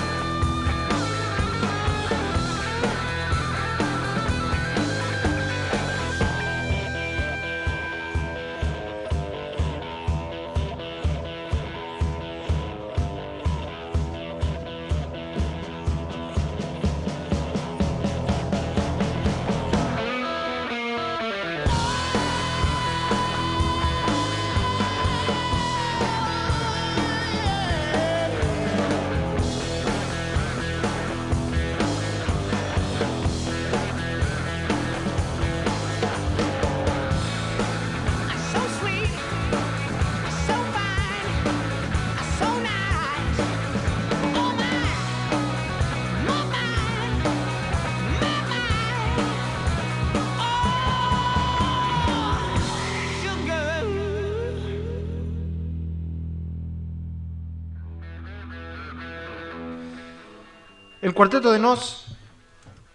Oh, Oh. El cuarteto de Nos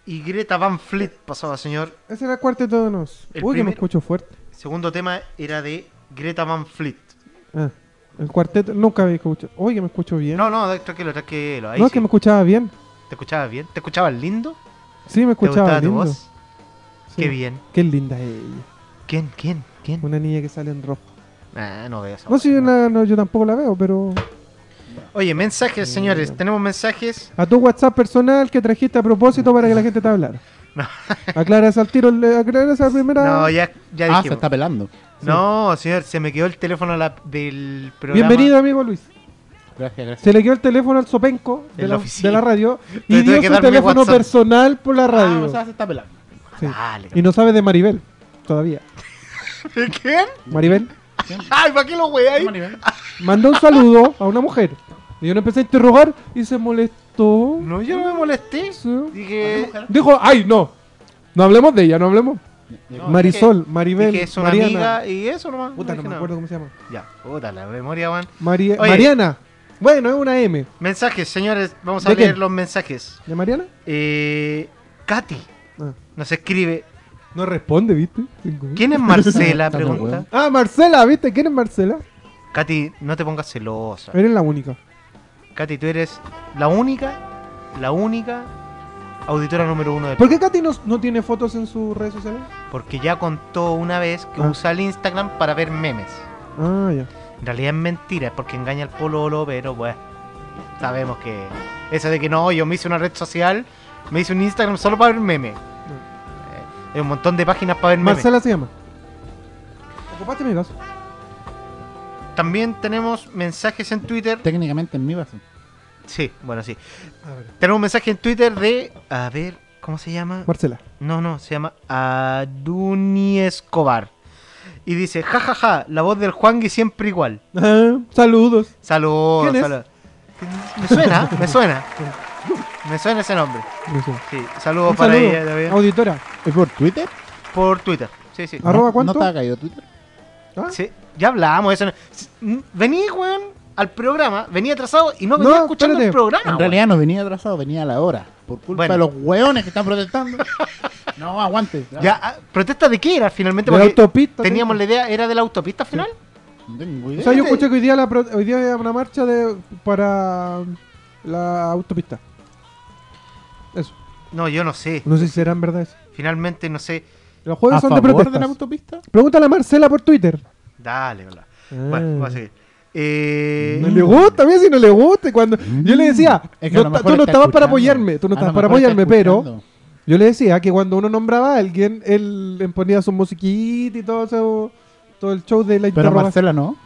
y Greta Van Fleet pasaba, señor. Ese era el cuarteto de nos. El Uy, que me primero. escucho fuerte. El segundo tema era de Greta Van Fleet. Ah, el cuarteto nunca había escuchado. Uy, que me escucho bien. No, No, no, tranquilo, tranquilo. Ahí es sí. que me escuchaba bien. ¿Te escuchabas bien? ¿Te escuchabas lindo? Sí, me ¿Te escuchaba gustaba tu lindo. voz? Sí. Qué bien. Qué linda es ella. ¿Quién? ¿Quién? ¿Quién? Una niña que sale en rojo. Ah, no veas. No, sí, yo, na- no, yo tampoco la veo, pero. Oye, mensajes, señores. Mira. Tenemos mensajes. A tu WhatsApp personal que trajiste a propósito para que la gente te hablara. No. Aclaras al tiro, le- aclaras a la primera. No, ya, ya Ah, dijimos. se está pelando. No, señor, se me quedó el teléfono la- del programa. Bienvenido, amigo Luis. Gracias, gracias. Se le quedó el teléfono al sopenco En de, la la, oficina. de la radio tuve y dio que su darme teléfono WhatsApp. personal por la Ah, radio. o sea, se está pelando. Sí. Dale. Y no sabe de Maribel todavía. ¿Quién? Maribel Ay, ¿para qué lo weáis? mandó un saludo a una mujer. Y yo le empecé a interrogar y se molestó. No, yo no me molesté. Sí. Dije. Dijo, ay, no. No hablemos de ella, no hablemos. No, Marisol, dije- Maribel, dije, es una Mariana. amiga y eso nomás. Puta, no dije me nada. acuerdo cómo se llama. Ya, puta la memoria, Juan. Mari- Oye. Mariana. Bueno, es una M. Mensajes, señores, vamos a ¿De leer quién? los mensajes. ¿De Mariana? Eh, Katy Ah. nos escribe. No responde, ¿viste? Tengo- ¿Quién es Marcela? Está bien, Pregunta. weón. Ah, Marcela, ¿viste? ¿Quién es Marcela? Katy, no te pongas celosa. Eres la única. Katy, tú eres la única, la única auditora número uno de ¿Por qué Katy no, no tiene fotos en sus redes sociales? Porque ya contó una vez que Ah. usa el Instagram para ver memes. Ah, ya. En realidad es mentira, es porque engaña al pololo, pero bueno, sabemos que eso de que no, yo me hice una red social, me hice un Instagram solo para ver memes. Eh, Hay un montón de páginas para ver memes. Marcela se llama. Ocupaste mi caso. También tenemos mensajes en Twitter. Técnicamente en mi vaso. Sí, bueno, sí. A ver. Tenemos un mensaje en Twitter de, a ver, ¿cómo se llama? Marcela. *laughs* No, no, se llama Aduni Escobar. Y dice, jajaja, ja, ja, la voz del Juangui siempre igual. Ah, saludos. Saludos, ¿Quién es? saludos. Me suena, me suena. Me suena ese nombre. No sé. Sí, saludos Un para saludo. ella también. Auditora. ¿Es por Twitter? Por Twitter. Sí, sí. Ah. ¿Arroba ¿No- cuánto? ¿No te ha caído Twitter? Ah, Sí, Ya hablamos de eso. no- Vení, weón, al programa. Vení atrasado y no No, venía escuchando el espérate. programa. En weón. realidad no venía atrasado, venía a la hora. Por culpa Bueno. de los hueones que están *laughs* protestando. no, aguante. Ya, ah, ¿protesta de qué era finalmente? de la Porque autopista. teníamos tengo. la idea, ¿era de la autopista final? No tengo idea. O sea, yo escuché que hoy día, la pro- hoy día había una marcha de para la autopista. Eso. No, yo no sé. No sé si serán verdad eso. Finalmente no sé. Los jueves ¿A son de favor protestas. de la autopista? Pregúntale a Marcela por Twitter. Dale, hola. Ah. Bueno, pues, voy a seguir. Eh, No le gusta, mira si no le gusta. Y Cuando yo le decía, Mm. Es que a no lo ta- mejor tú no está estabas para escuchando. apoyarme, tú no A lo estabas para mejor está apoyarme, pero escuchando. yo le decía que cuando uno nombraba a alguien, él le ponía su musiquita y todo eso, todo el show de la Pero a interrogación. Marcela no.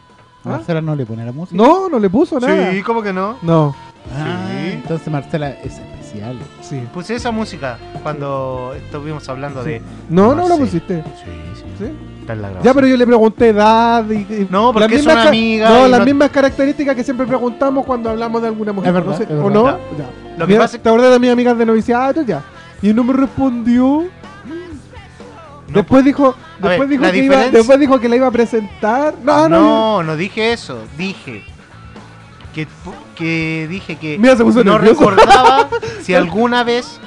A ¿Ah? Marcela no le pone la música. No, no le puso nada. sí, ¿cómo que no? No, Ah, Sí. Entonces Marcela es especial. sí. Puse esa música cuando estuvimos hablando de. No, no Marcela. lo pusiste. Sí, sí. ¿Sí? Está en la grabación. Ya, pero yo le pregunté edad y, y- No, porque las es mismas una ca- amiga No, y las no- mismas características que siempre preguntamos cuando hablamos de alguna mujer. Es verdad, no sé, es verdad. ¿O no? Ya. Ya. Lo que Mira, pasa es- ¿Te acuerdas de mis amigas de noviciato? Ya. Y no me respondió. después dijo, pues, A ver, después, dijo la que iba, diferencia- después dijo que la iba a presentar. No, no. No, no dije eso. Dije que, que dije que Mira, se puso no nervioso. *laughs* recordaba si alguna vez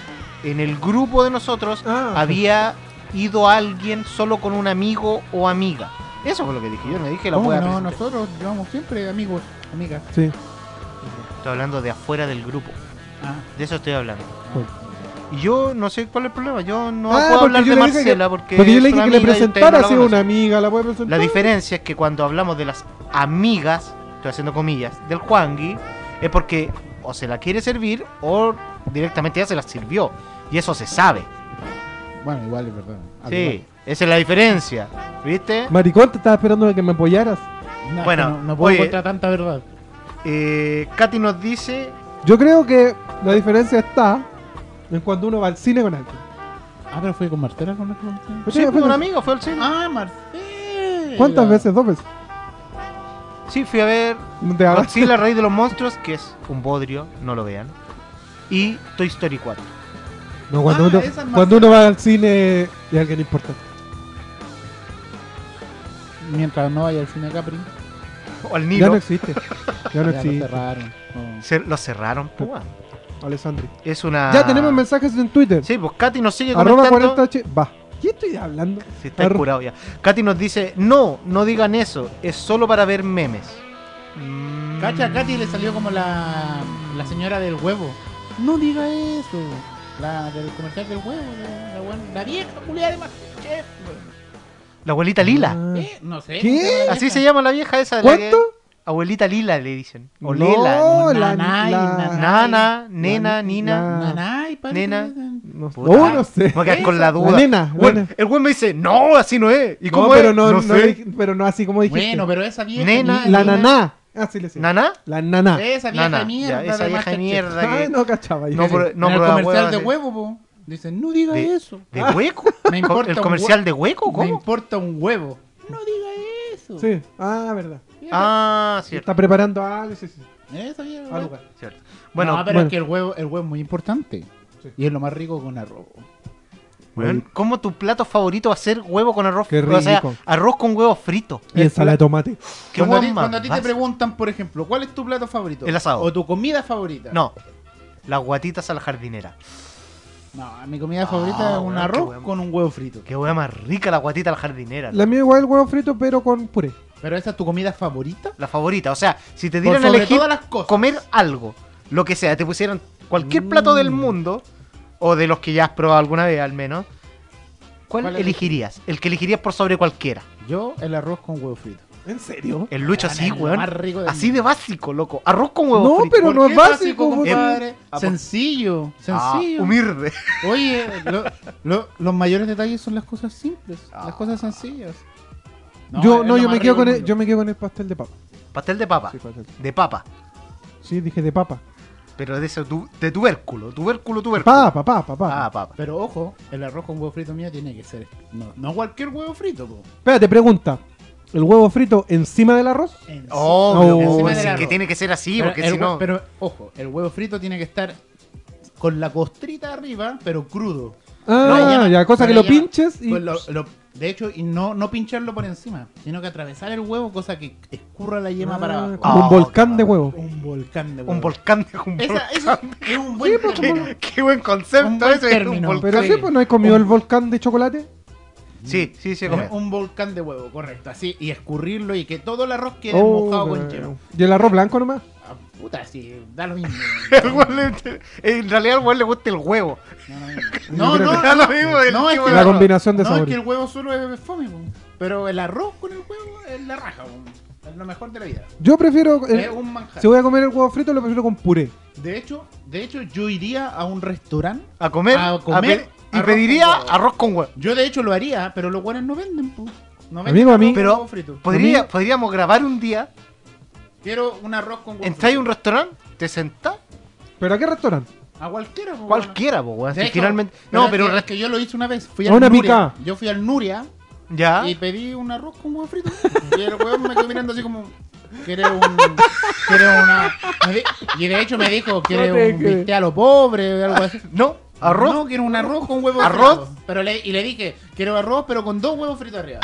en el grupo de nosotros Ah. había ido alguien solo con un amigo o amiga. Eso fue lo que dije. Yo no dije la ¿Cómo wea que no, presentar. nosotros llevamos siempre amigos, amigas. Sí. Estoy hablando de afuera del grupo. Ah, De eso estoy hablando. Bueno. Y yo no sé cuál es el problema. Yo no Ah, puedo porque hablar yo de le dije Marcela que- porque. Porque yo es le dije una que le amiga y ustedes presentara no la así a una conocen. amiga, la voy a La presentar. diferencia es que cuando hablamos de las amigas, estoy haciendo comillas, del Juangui, es porque o se la quiere servir o directamente ya se la sirvió. Y eso se sabe. bueno, igual es verdad. Ah, Algo Sí, esa es la diferencia. ¿Viste? Maricón, te estaba esperando a que me apoyaras. mal. No, Bueno, no, no puedo oye. encontrar tanta verdad. Eh, Katy nos dice. Yo creo que la diferencia está en cuando uno va al cine con alguien. Ah, pero fue con Marcela con la que conocimos. Pues Sí, sí, fue fue- un amigo, fue al cine. Ah, Marcela. ¿Cuántas veces? ¿Dos veces? Ah. Sí, fui a ver Te hagas- Godzilla, Rey de los Monstruos, que es un bodrio, no lo vean. Y Toy Story 4. No, cuando, Ah, uno, esa es más cuando uno va al cine y alguien importante. Mientras no vaya al cine Capri. O al Ya Nilo. no existe. Ya *laughs* no ya lo existe. cerraron. No. Se- lo cerraron, púa. Alessandri. Es una. Ya tenemos mensajes en Twitter. Sí, pues Katy nos sigue Arroba comentando. 40H. Va. ¿Qué estoy hablando? Sí, está Arro- curado ya. Katy nos dice: No, no digan eso. Es solo para ver memes. Mm. Cacha, a Katy le salió como la, la señora del huevo. No diga eso. La del comercial del huevo. La, la buena- la vieja culiada de Masterchef. weón. La abuelita Lila. Ah. ¿Eh? No sé. ¿Qué? ¿cómo se la Así vieja? se llama la vieja esa. de la que- ¿Cuánto? Abuelita Lila le dicen. O No, Lela. la, Nanay, la- nanay. Nana, nena, nina. la- Nanay, padre. Nena. no, Puta, oh, no sé. Me voy a quedar con la duda. La nena, la Bueno, nena. el güey me dice, no, así no es. ¿Y No, cómo pero es? no, no sé. dij- pero no así como dijiste. Bueno, pero esa vieja. Nena, la mierda. naná. Ah, sí le sé. ¿Nana? La naná. Esa vieja Nana. de mierda. ya, esa vieja de de Masterchef. mierda Ay, que... Eh, no cachaba yo. No, pero- En el prueba comercial huevas de de- huevo, po. Dicen, no diga de, eso. Ah, ¿De Ah. hueco? Me importa ¿El un comercial hue- de hueco? Me ¿Cómo? importa un huevo. No diga eso. Sí. Ah, verdad. Ah, cierto. Está preparando algo. Sí, sí. Esa vieja. Algo. cierto. Bueno, no, pero bueno. es que el huevo, el huevo es muy importante. Sí. Y es lo más rico con arroz. weón, ¿cómo tu plato favorito va a ser huevo con arroz? Qué O sea, rico. arroz con huevo frito. Y ensalada de tomate. ¿Qué cuando, a ti, guan más cuando a ti te básico. preguntan, por ejemplo, ¿cuál es tu plato favorito? El asado. O tu comida favorita. No, las guatitas a la jardinera. No, mi comida Ah, favorita es un weón, qué arroz weón. con un huevo frito. Qué hueá más rica la guatita a la jardinera. La La, mía igual el huevo frito, pero con puré. Pero esa es tu comida favorita. favorita. O sea, si te Por dieran a sobre elegir todas las cosas. comer algo, lo que sea, te pusieran cualquier plato Mm. del mundo, o de los que ya has probado alguna vez al menos, ¿cuál, ¿Cuál elegirías? El que elegirías por sobre cualquiera. Yo, el arroz con huevo frito. ¿En serio? El lucho Weón, así, es lo weón. Ah, más rico del Así de mundo. básico, loco. Arroz con huevo No, frito. pero ¿Por no qué es básico, compadre? Ah, por- Sencillo, Ah, sencillo. humilde. Oye, lo- lo- los mayores detalles son las cosas simples, las cosas sencillas. yo es no, lo yo más me quedo rico con del el, yo mundo. me quedo con el pastel de papa. *laughs* Pastel de papa. Sí, pastel. De papa. Sí, dije de papa. Pero de, ese tu- de tubérculo. Tubérculo, tubérculo. Papa, papa, papa. Ah, papa. Pero ojo, el arroz con huevo frito mío tiene que ser. No, no cualquier huevo frito, po. Espérate, pregunta. ¿El huevo frito encima del arroz? En- Oh, No, pero encima es del que arroz. tiene que ser así, pero, porque el si hue- no. pero ojo, el huevo frito tiene que estar con la costrita arriba, pero crudo. No le Ah, llaman- ya, cosa no que le lo llaman- pinches y. pues lo- lo- de hecho, y no, no pincharlo por encima, sino que atravesar el huevo, cosa que escurra la yema Ah, para abajo. Como Ah, un volcán de claro. huevo. Un volcán de huevo. Un volcán de un Esa, volcán. *laughs* esa es un buen término. Qué, qué buen concepto Un buen ese, un término. volcán. pues, Pero Sí. Oh. sí, pues no he comido el volcán de chocolate. Sí, sí, sí, come. Pero Un volcán de huevo, correcto. Así, y escurrirlo y que todo el arroz quede Oh, mojado con pero- yema. y el arroz blanco nomás. Ah, puta, sí, *laughs* da lo mismo. *laughs* El weón le- en realidad al weón le gusta el huevo. No, no, Da no. lo mismo el no, es tipo que de la arroz. combinación de no, es sabores. que el huevo solo es fome, po. pero el arroz con el huevo es la raja, po. es lo mejor de la vida. Yo prefiero. el- es un manjar. si voy a comer el huevo frito, lo prefiero con puré. De hecho, de hecho, yo iría a un restaurante. A comer, A a comer pe- y arroz pediría con huevo. arroz con huevo. Yo de hecho lo haría, pero los guanes no venden, po. No venden Amigo, a arroz mí- con Pero huevo frito. podría- A mí- podríamos grabar un día, Quiero un arroz con huevo entrar a frito. un restaurante, te sentás, ¿Pero a qué restaurante? A cualquiera, po, cualquiera, po, weón. weón. Si De hecho, finalmente. No, pero un es que, re- es que yo lo hice una vez. Fui A al una Nuria. pica. Yo fui al Nuria ya. y pedí un arroz con huevo frito. Y el huevón me quedó mirando así como. ¿Quieres un.? ¿Quieres una.? me di- y de hecho me dijo, ¿quieres No te un creo. bistec a lo pobre? O algo así. No, arroz. No, quiero un arroz con huevo ¿Arroz? frito. Pero le, y le dije, quiero arroz, pero con dos huevos fritos arriba.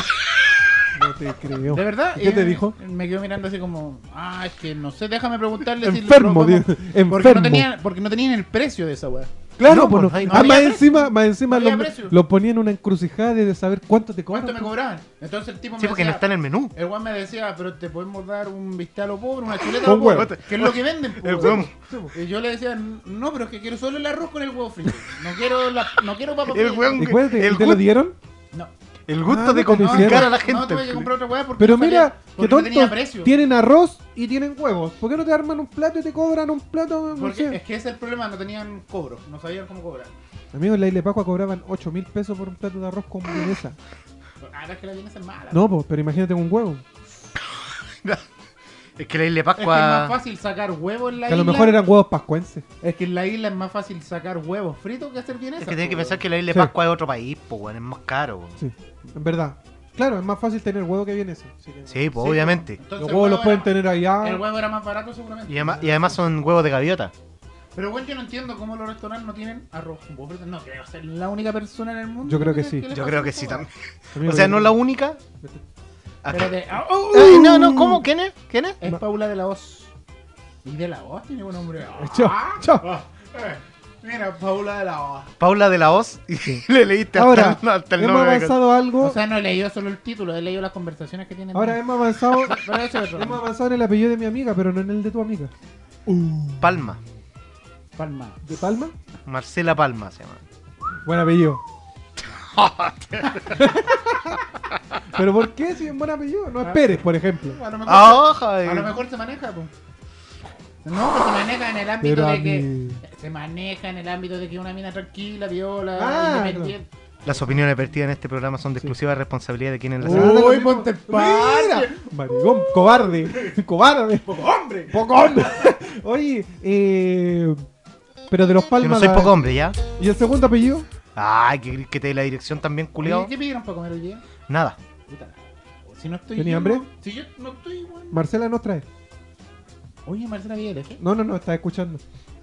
No te creo. ¿De verdad? Eh, ¿Qué y te él dijo? Me quedó mirando así como, ah, es que no sé, déjame preguntarle si Enfermo, lo- lo- dice, Porque no, enfermo. tenían, porque no tenían el precio de esa weá. Claro, No, pues no. pues, no Ah, había más precio. encima, más encima No había lo, precio. lo ponía en una encrucijada de saber cuánto te cobran. ¿Cuánto me cobraban? Entonces el tipo me Sí, porque no decía, está en el menú. El weón me decía, pero te podemos dar un vistalo pobre, una chuleta Con a lo pobre, huevo. que es lo que venden. po, El weón. huevo. Sí, po. Y yo le decía, no, pero es que quiero solo el arroz con el huevo frito. No quiero, la, no quiero papa El frita. hueón- ¿Y cuál te, El te lo gut- dieron? No, El Ah, gusto no de te complicar hicieron. a la No, tuve que gente. comprar otra weá porque, Pero no salía- mira, porque que no tenía tontos precio. tienen arroz y tienen huevos. ¿Por qué no te arman un plato y te cobran un plato? No Porque es sé. que ese es el problema, no tenían cobro, no sabían cómo cobrar. Amigos, en la Isla de Pascua cobraban 8 mil pesos por un plato de arroz con vienesa. Ah. Ahora es que la vienesa es mala. No, pues, pero imagínate con un huevo. Es que la isla de Es que es más Pascua. fácil sacar huevos en la Que a isla. lo mejor eran huevos pascuenses. Es que en la isla es más fácil sacar huevos fritos que hacer vienesa. Es que tienes que po, pensar que la isla de Sí. Pascua es otro país, po, weón. Es más caro, weón. Sí, en verdad. Claro, es más fácil tener huevo que vienesa. Sí, que- Sí, pues Sí, obviamente. Entonces, Los el huevos los huevo pueden era- tener allá. El huevo era más barato seguramente. Y, además, y además son huevos de gaviota. Pero bueno, yo no entiendo cómo los restaurantes no tienen arroz con huevo frito. No creo ser la única persona en el mundo. Yo creo que le- sí. le Yo pasa creo que esa sí hueá. también. Amigo, O sea, que- no la única. Acá. *laughs* Pero de- ¡Ah! ¡Oh! Ay, no, no, ¿cómo? Eh. ¿Quién es? ¿Quién es? Es Paula de la Hoz. Y de la Hoz tiene buen nombre. *laughs* Chao, Ah, chao. ah. Mira, Paula de la O. Paula de la Hoz, *laughs* y le leíste hasta Ahora, el- hasta el hemos nombre de- avanzado algo. O sea, no he leído solo el título, he leído las conversaciones que tienen. ahora hemos *laughs* avanzado, Pero eso es hemos otro. avanzado en el apellido de mi amiga, pero no en el de tu amiga. Palma. Palma. ¿De Palma? Marcela Palma se llama. Buen *laughs* apellido. *laughs* pero ¿por qué si es buen apellido? No es Pérez, por ejemplo. A lo mejor, Ah, oja, eh. a lo mejor se maneja, pues. No, pues se maneja en el ámbito Pero a de que. mí- Se maneja en el ámbito de que una mina tranquila, viola, Ah, independiente. Las opiniones vertidas en este programa son de exclusiva responsabilidad de quienes las Uy, emiten. Mira, Monteparte. Marigón, *laughs* cobarde. Cobarde. Poco hombre. Poco hombre. *laughs* Oye, eh, pero de los Palmas. Yo no soy la- poco hombre, ¿ya? ¿Y el segundo apellido? Ay, que, que te dé la dirección también, Oye, culiao. ¿Qué pidieron para comer hoy día? Nada. Puta la cago. Si no estoy. ¿Tenía yo, hambre? no- Si yo no estoy, weón. Marcela nos trae. Oye, Marcela vive lejos. No, no, no, está escuchando.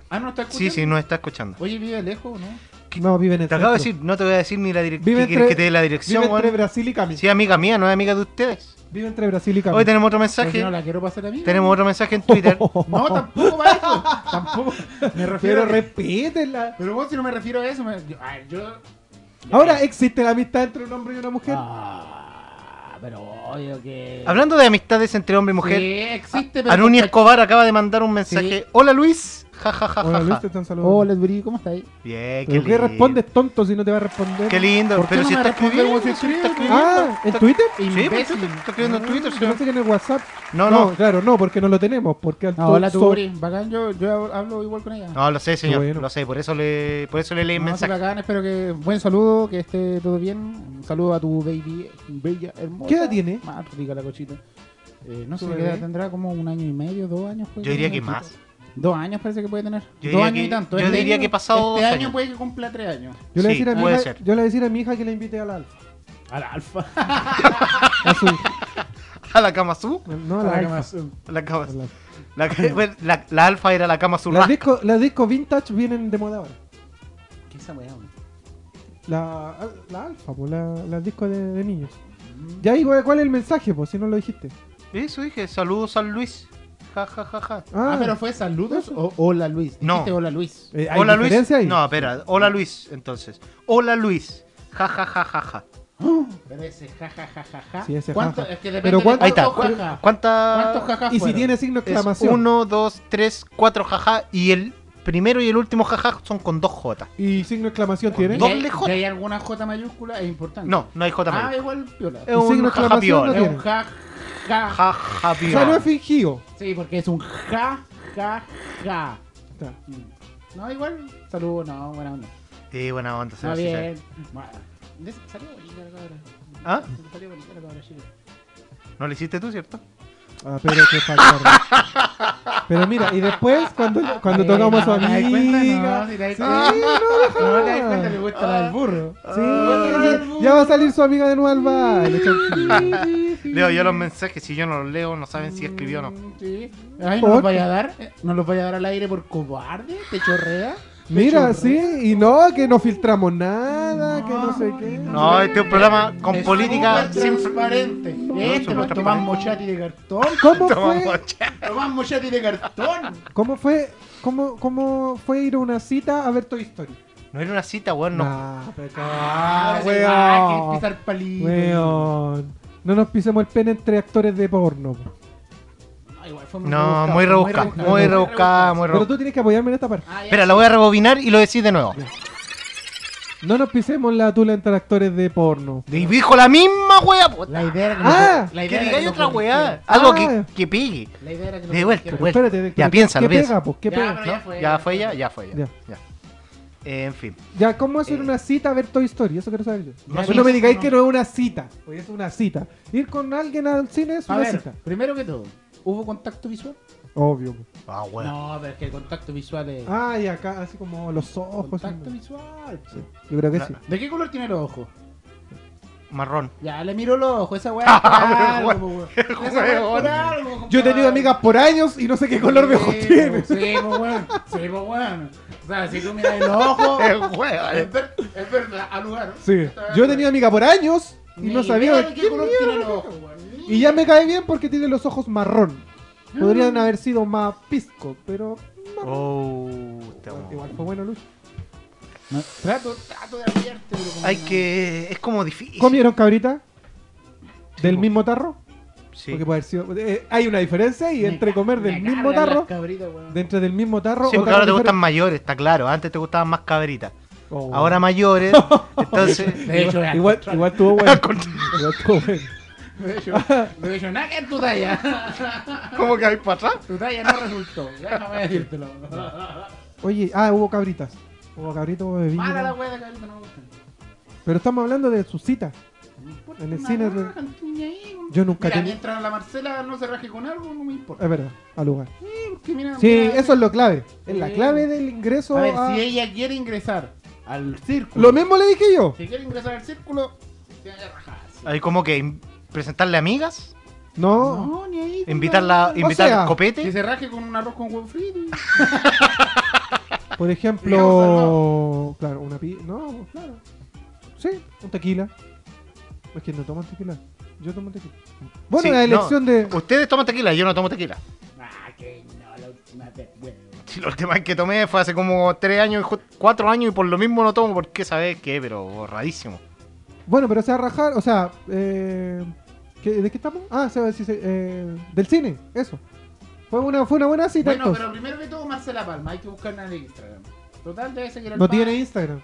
Ah, no está escuchando. Sí, sí, nos está escuchando. Oye, vive lejos, ¿no? No, vive en el Te acabo de centro. decir, no te voy a decir ni la dirección. Vive ¿Qué quieres que entre- te dé la Vive dirección, entre weón? Brasil y Cami. Sí, amiga mía, no es amiga de ustedes. Vive entre Brasil y Cami. Oh, Hoy *laughs* tenemos otro Porque mensaje. no la quiero pasar a mí. Tenemos otro mensaje en Twitter. No, tampoco va eso. *laughs* tampoco. Me refiero. Pero a que- respétenla. Pero vos, si no me refiero a eso, me... yo. a ver, yo... Ahora existe la amistad entre un hombre y una mujer. Ah, pero obvio que. Hablando de amistades entre hombre y mujer, Sí, existe, pero. Anuni Escobar acaba de mandar un mensaje. Hola Luis. Ja, ja, ja, Hola ja, Luis, ja. te están saludando. Hola, Esbrí, ¿cómo estáis? Bien, qué ¿Pero qué este lindo. respondes tonto si no te va a responder? Qué lindo. ¿Por qué Pero no si me está respondes, escribiendo. vos si si está escribes? escribiendo. Ah, ¿en Twitter? Sí, pues, Imbécil. está escribiendo en Twitter. Yo señor. pensé que en el WhatsApp. No, no. claro, no, porque no lo tenemos. Porque al No, hola, tú, so- Uri. Bacán, yo, yo hablo igual con ella. No, lo sé, señor. Bueno. Lo sé. Por eso le, por eso le leí el No, sí, mensaje. bacán, espero que. Buen saludo, que esté todo bien. Un saludo a tu baby, bella, hermosa. ¿Qué edad tiene? Más rica la cochita. Eh, no ¿Tu sé qué bebé? edad tendrá, como un año y medio, dos años. puede Yo tener diría la que chica. más. Dos años parece que puede tener. Yo dos diría años que- y tanto. yo diría año- que pasado Este dos año años. puede que cumpla tres años. Yo le Sí, decía a mi puede hija- ser. yo le decía a mi hija que la invité al alfa. Al alfa. A *laughs* su, A la cama azul. no a la alfa. La cama La- La, bueno, *laughs* la- la alfa era la cama azul. Las discos las discos vintage vienen de moda ahora. ¿Qué esa weá, weón? La, la alfa, pues, la, las discos de, de niños. Mm. Ya ahí, güey, ¿cuál es el mensaje, pues, si no lo dijiste? Eso dije. Saludos a Luis. Ja, ja, ja, ja. Ah, pero fue saludos o hola Luis. No. Dijiste hola Luis. eh, ¿hay Hola Luis. diferencia ahí? No, espera. Hola Luis, entonces. Hola Luis. Ja, ja, ja, ja, ja. Pero ese ja ja ja ja ja. Sí, ese ¿Cuánto? ja, ja. Es que depende Pero de ¿cuánto- Ahí está. cuántos jaja. ¿Cuántas? ¿Cuántos jaja Y si fueron? tiene signo Es de exclamación. 1, 2, 3, 4 jaja. Y el primero y el último jaja son con dos J. ¿Y signo de exclamación tiene? ¿Y Doble hay- J. y ¿Hay alguna J mayúscula? Es importante. No, no hay J. Ah, medio. igual piola. es ¿Y signo de un jaja exclamación Eh, no Es piola. un tiene? ja ja. Jaja O sea, no piola. es fingido. Sí, porque es un ja ja ja. Mm. No, igual. Saludos, no, buena onda. Sí, buena onda. se ve, Está se ve. Ah, bien. Ma- de- Salió bonita la cabra. ¿Ah? Salió bonita la cabra, chica. No lo hiciste tú, ¿cierto? Ah, pero qué falta. Pero mira, y después cuando, cuando Ay, tocamos a su no, te das amiga. cuenta, no, si te das Sí, cuenta. no, No no. te das cuenta, le gusta la del burro. Sí, ya va a salir su amiga de nuevo al baile. tranquilo. Leo yo los mensajes. Si yo no los leo, no saben si escribió o no. Mm, Sí. Ay, ¿no ¿Por? los vaya a dar? eh, ¿No los vaya a dar al aire por cobarde? ¿Te chorrea? ¿Te Mira, chorrea? sí, y no, que no filtramos nada, que no sé qué. No, este es un programa con Es política súper sin fr- transparente. este súper va a tomar transparente. mochati de cartón. ¿Cómo fue, Tomamos Tomás mochati de cartón. cómo fue, cómo, cómo fue ir a una cita a ver Toy Story? No era una cita, weón. No. Nah, pero- Ah, weón. que pisar palillo. Weón. No nos pisemos el pene entre actores de porno. po. Ah, igual fue No, muy rebuscada. Muy rebuscada, muy Pero rebuscada. tú tienes que apoyarme en esta parte. Ah, ya. Espera, la voy a rebobinar y lo decís de nuevo. No nos pisemos la tula entre actores de porno. Y dijo la misma wea, puta. La idea era que Ah, la Que idea era digáis lo otra weá. corrigiera. Algo Ah. que, que pigue. La idea era que lo De vuelta, corrigiera. güey. Bueno, Espérate, ya ¿qué- piénsalo, ¿Qué piénsalo. pega, po? ¿Qué Ya, pega? pero ¿No? Ya fue ya, ya fue ya. Ya. ya. Eh, en fin. Ya, ¿cómo es ir a una cita a ver Toy Story? Eso quiero saber yo. Ya, Pues No, no, me digáis no. que no es una cita. Pues es una cita. Ir con alguien al cine es A una ver, cita. primero que todo, ¿hubo contacto visual? Obvio. po. Ah, weón. No, pero es que el contacto visual es. Ah, y acá, así como los ojos. contacto así. visual. pues. Sí, Yo creo que sí. ¿De qué color tiene los ojos? Marrón. Ya le miro los ojos, esa weá. es por algo, weón, po, weón. Esa weá es por algo, compadre. Yo he tenido amigas por años y no sé qué color de ojos Sí, tiene. po, Sí, pues weón. Sí, pues weón. O sea, si tú miras *laughs* los ojos. Eh, weón. es, ver- es verdad, al lugar. Sí. Yo he tenido amigas por años y Ni no idea sabía de qué qué color mierda. tiene los ojos, weón. Ni Y ya me cae bien porque tiene los ojos marrón. Podrían haber sido más pisco, pero Oh, te amo. igual fue bueno, Lucho. No, trato, trato de abrirte, pero como Hay no. que. Es como difícil. ¿Comieron cabrita? ¿Del po. mismo tarro? Sí. Porque puede haber sido- eh, hay una diferencia y Me entre ca- comer me del mismo cargan las tarro, cabritas, weón. dentro del mismo tarro. Sí, o porque tarro ahora te gustan diferente. mayores, está claro. Antes te gustaban más cabritas. Oh. Ahora mayores. Entonces. *laughs* De hecho, al igual, contrario. igual estuvo *laughs* bueno. Igual estuvo bueno. De hecho, de hecho, nada que en tu *laughs* talla. ¿Cómo que hay para atrás? Tu talla no resultó. Déjame decírtelo. *laughs* Oye, ah, hubo cabritas. Hubo cabritas, hubo bebida. Mala la wea de cabrita, no me gusta. Pero estamos hablando de sus citas. Puta, En el una cine, raja, niña, ahí, weón. Yo nunca Mira, tenía- mientras la Marcela no se raje con algo, no me importa. Es verdad, Eh, al lugar. Porque mira, Sí, mira, eso es lo clave. Es la Sí. clave del ingreso A ver, a- si ella quiere ingresar al círculo. Lo mismo le dije yo. Si quiere ingresar al círculo, tiene que rajarse. Hay como que in- presentarle amigas, No. ni ahí. invitarla, compadre. invitar sea, Que copete. se raje con un arroz con huevo frito. y- Por Digamos, ejemplo. Claro, una pi. No, claro. Sí, un tequila. Es que no toman tequila. Yo tomo tequila. Bueno, Sí, la no. elección de. Ustedes toman tequila, yo no tomo tequila. *laughs* Ah, que no, la última vez, weón. Si los demás que tomé fue hace como 3 años, y ju- cuatro años, y por lo mismo no tomo, porque sabes qué, pero borradísimo. Bueno, pero se va a rajar. O sea, eh, ¿qué- ¿de qué estamos? Ah, se va a decir. eh, del cine, eso. Fue una, fue una buena cita. Bueno, entonces. pero primero que todo, Marcela Palma, hay que buscarla en el Instagram. Total, debe seguir al No padre. tiene Instagram.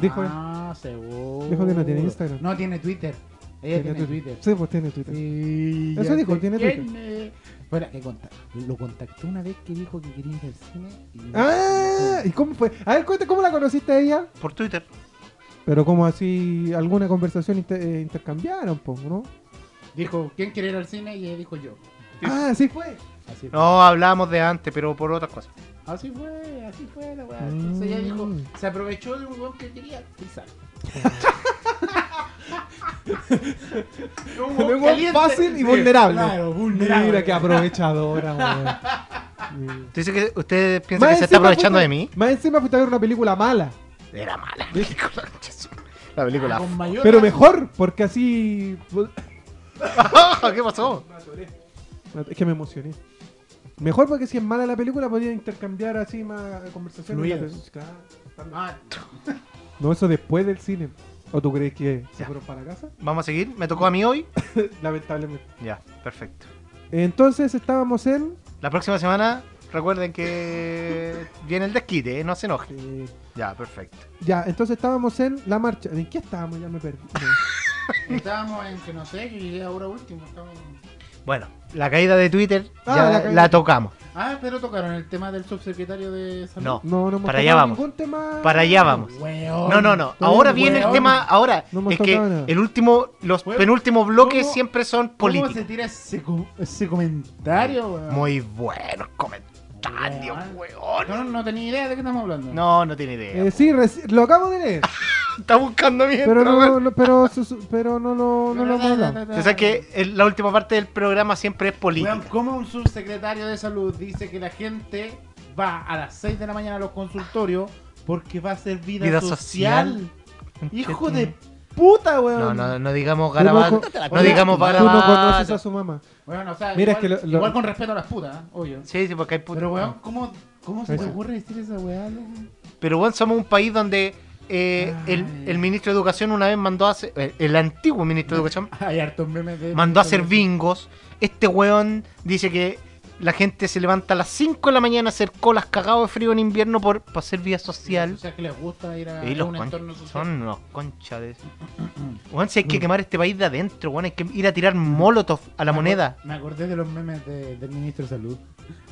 dijo él. Ah, seguro. Dijo que no tiene Instagram. No tiene Twitter. Ella tiene, Twitter. Sí, pues tiene Twitter. Sí, Eso ya dijo, sé tiene quién es. Fuera, que conta- Lo contactó una vez que dijo que quería ir al cine. Y no- Ah, ¿y cómo fue? A ver, cuéntame, ¿cómo la conociste a ella? Por Twitter. Pero como así, alguna conversación inter- eh, intercambiaron, po, ¿no? Dijo, ¿quién quiere ir al cine? Y ella dijo yo. Ah, sí fue. Así fue. No, hablábamos de antes, pero por otras cosas. Así fue, así fue la weá. Mm. Entonces ella dijo, se aprovechó de un weón que quería *laughs* pisar. un Luego caliente. fácil y Sí, vulnerable. Claro, vulnerable. Mira qué aprovechadora, weón. Entonces, que ¿ustedes Sí. piensan Más que se está encima pues, aprovechando fuiste- de mí? Más encima fuiste a ver una película mala. Era mala. la *laughs* película. La película. *laughs* Con mayor Pero razón. mejor, porque así. pues, ¿Qué pasó? Es que me emocioné. Mejor porque si es mala la película podía intercambiar así más conversaciones. Fluidos. Claro. Ah, No, eso después del cine. ¿O tú crees que se fueron para casa? Vamos a seguir. ¿Me tocó a mí hoy? Lamentablemente. Ya, perfecto. Entonces estábamos en. La próxima semana, recuerden que viene el desquite, ¿eh? no se enojen. eh, Ya, perfecto. ya, entonces estábamos en la marcha. ¿En qué estábamos? Ya me perdí. estábamos en que no sé, yo llegué ahora último. estábamos- Bueno, la caída de Twitter Ah, ya la la, caída. tocamos. Ah, pero tocaron el tema del subsecretario de salud. No. No, no hemos Para allá tocado vamos. ningún tema. Para allá vamos. Weón. No, no, no. Estoy Ahora en viene el hueón. tema. Ahora No hemos es que tocado nada. el último, los Hueón, penúltimos bloques ¿cómo- siempre son ¿Cómo se políticos. tira ese, co- ese comentario, weón? Muy buenos comentarios, weón. No, no tenía idea de qué estamos hablando. No, no tiene idea. Eh, sí, reci- lo acabo de leer. Está buscando mientras, Pero no, weón. no- pero, su- su- pero no lo, no lo hemos hablado. O sea que el- la última parte del programa siempre es Weón, política. ¿cómo un subsecretario de salud dice que la gente va a las 6 de la mañana a los consultorios porque va a hacer vida, Vida social? social. Hijo de puta, No, weón. no, no digamos Tú no garabato. con- No digamos Tú no conoces garabato. a su mamá. Weón, o sea, Mira, igual, es que lo- lo- igual con respeto a las putas, ¿eh? obvio. Sí, sí, porque hay putas. Pero weón, ¿cómo, cómo se Ahí te sí. ocurre decir esa weá, loco? Pero bueno, somos un país donde eh, el, el ministro de Educación una vez mandó a hacer, el, el antiguo ministro de Educación *laughs* Hay hartos memes de. mandó a hacer bingos. Este weón dice que la gente se levanta a las 5 de la mañana a hacer colas cagados de frío en invierno por, para hacer vía O social. sea, que les gusta ir a, Y a los un con- entorno social. Mm. son unos conchas *clears throat* de eso. Weón, si hay que quemar este país de adentro, weón, hay que ir a tirar molotov a la Me acor- moneda. Me acordé de los memes de- del ministro de salud.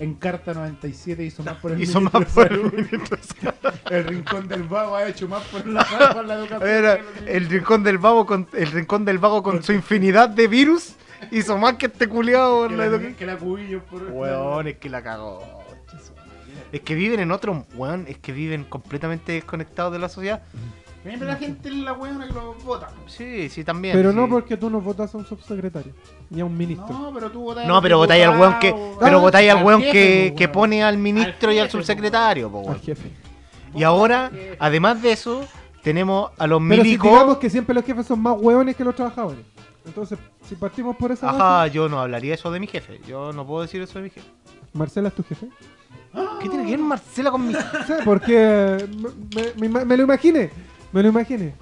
En carta 97 hizo más *laughs* por el Y son más ministro por de el salud. ministro de *laughs* Salud. El rincón del vago ha hecho más por la, *laughs* por la educación. Era que los niños. el rincón del vago con el rincón del vago con su infinidad de virus hizo más que este culiado que por la la, educación. que la cubillo por Weón, es que la cagó. Es que viven en otro, weón, es que viven completamente desconectados de la sociedad. Siempre la gente es la weona que lo vota. Sí, sí, también. Pero sí. no porque tú no votas a un subsecretario ni a un ministro. No, pero tú votáis No, pero votáis al weón que. Pero Ah, votáis al al weón jefe, que, po, que weón. pone al ministro y al Al jefe, po, subsecretario, po, al weón. jefe. Y ahora, además de eso, tenemos a los Pero si milicos. digamos que siempre los jefes son más hueones que los trabajadores. Entonces, si partimos por esa Ajá, yo no hablaría eso de mi jefe. Yo no puedo decir eso de mi jefe. base, Marcela es tu jefe. ¿Qué tiene que ver Marcela con mi *laughs* Sí, porque eh, me, me- me lo imaginé. Me lo imaginé.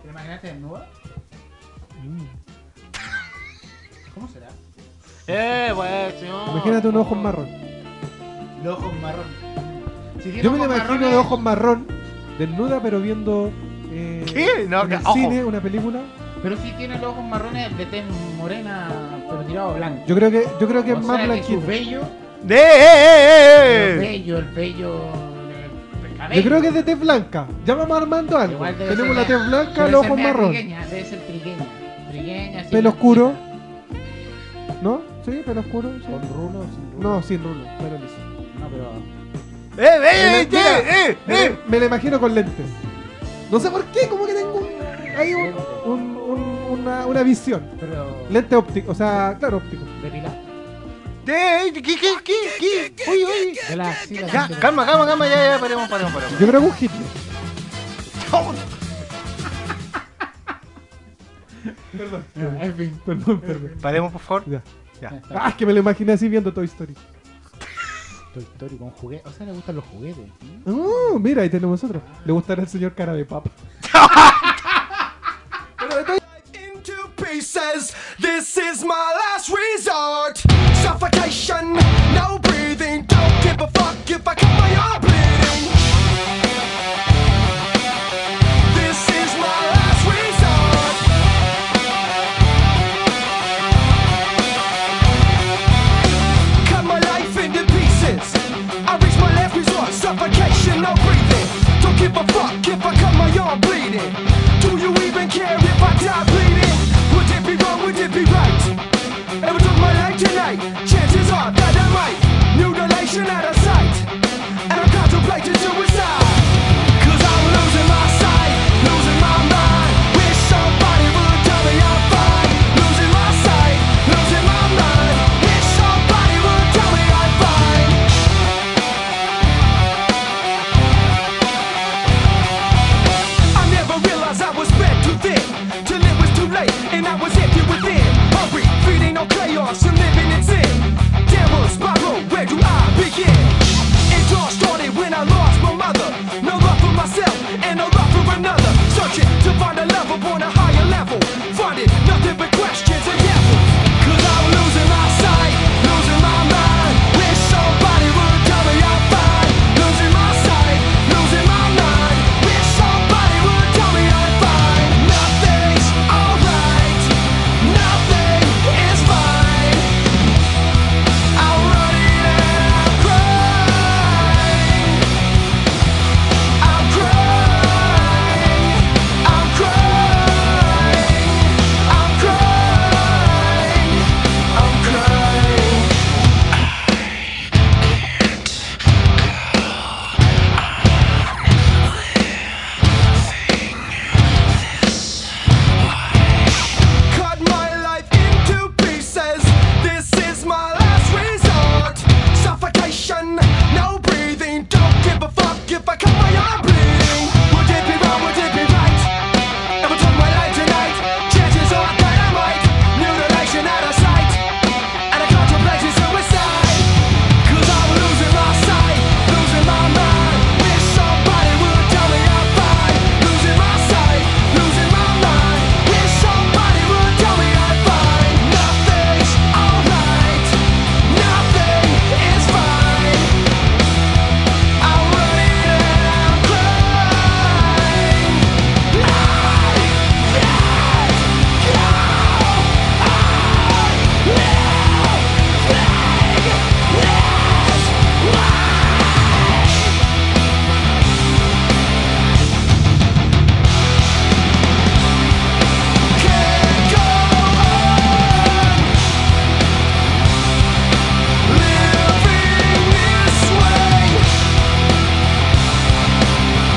¿Te la imaginaste desnuda? Mm. ¿Cómo será? Eh, bueno, señor. Imagínate un ojo marrón. Los ojos marrones. Si tiene Yo me lo ojos imagino marrones- de ojos marrón, desnuda, pero viendo. eh, ¿Qué? No, en que- el ojo. cine, una película. Pero si tiene los ojos marrones de tez morena, pero tirado a blanco. Yo creo que, yo creo que es O más sea, que su blanquito. vello, ¡Eh, eh, eh, el eh, eh! vello, el vello del cabello. Yo creo que es de tez blanca. Ya vamos armando algo. Igual debe Tenemos la ser- tez blanca, debe el ser ojo media marrón. Trigueña, debe ser trigueña. Trigueña, así Pelo blanquita. oscuro. ¿No? ¿Sí? ¿Pero oscuro? sí. ¿Con rulo o sin rulo? No, sin rulo, pero liso. No, pero. ¡Eh, eh, eh, Mira, eh, me, eh! me la imagino con lentes. No sé por qué, como que tengo un- ahí un- un- un- una, una visión. Pero. Lente óptico, o sea, claro, óptico. Depilada. eh, eh, ¿Qué, qué, qué, qué? Uy, uy. De la axila. Ya, calma, calma, calma, ya, ya, paremos, paremos, paremos. Yo creo que un Hitler. Perdón, Ah, En fin. *laughs* perdón, perdón. Paremos, por favor. Ya. Ya está. Ah, es que me lo imaginé así viendo Toy Story. Toy Story con juguetes. O sea, le gustan los juguetes. ¿sí? Oh, mira, ahí tenemos otro. Le gustará el señor cara de *laughs* papa. Into pieces, this is my last resort. Suffocation, no breathing. Don't give a fuck if I cut my arm bleeding. This is my last resort. Cut my life into pieces. I reach my last resort. Suffocation, no breathing. Don't give a fuck if I cut my arm bleeding. Do you even care if I die bleeding? Would it be wrong? Would it be right? If I took my life tonight, chances are that I might. Mutilation out of sight. And I'm contemplating suicide. Cause I'm losing my sight, losing my mind. Wish somebody would tell me I'm fine. Losing my sight, losing my mind. Wish somebody would tell me I'm fine. I never realized I was spread too thin Till it was too late and I was empty within Hungry, feeding on chaos and living in sin Devil spiral, where do I begin? It all started when I lost my mother No love for myself and no love for another Searching to find a love upon a higher level Finding nothing but questions and devils Cause I'm losing my sight, losing my mind Wish somebody would tell me I'm fine Losing my sight, losing my mind Wish somebody would tell me I'm fine Nothing's alright, nothing is fine I'm running and I'm crying I'm crying, I'm crying I'm crying, I'm crying Cut my life into pieces. This is my last resort. Suffocation, no breathing. Don't give a fuck if I cut my arm bleeding. Would it be wrong? Would it be right? If I took my life tonight, chances are that I might. Mutilation out of sight, and I contemplate suicide. Cause I'm losing my sight, losing my mind. Wish somebody would tell me I'm fine. Losing my sight, losing my mind. Wish somebody would tell me I'm fine. Nothing's alright, nothing is fine. I'm running and I'm crying. Can't go on living this way.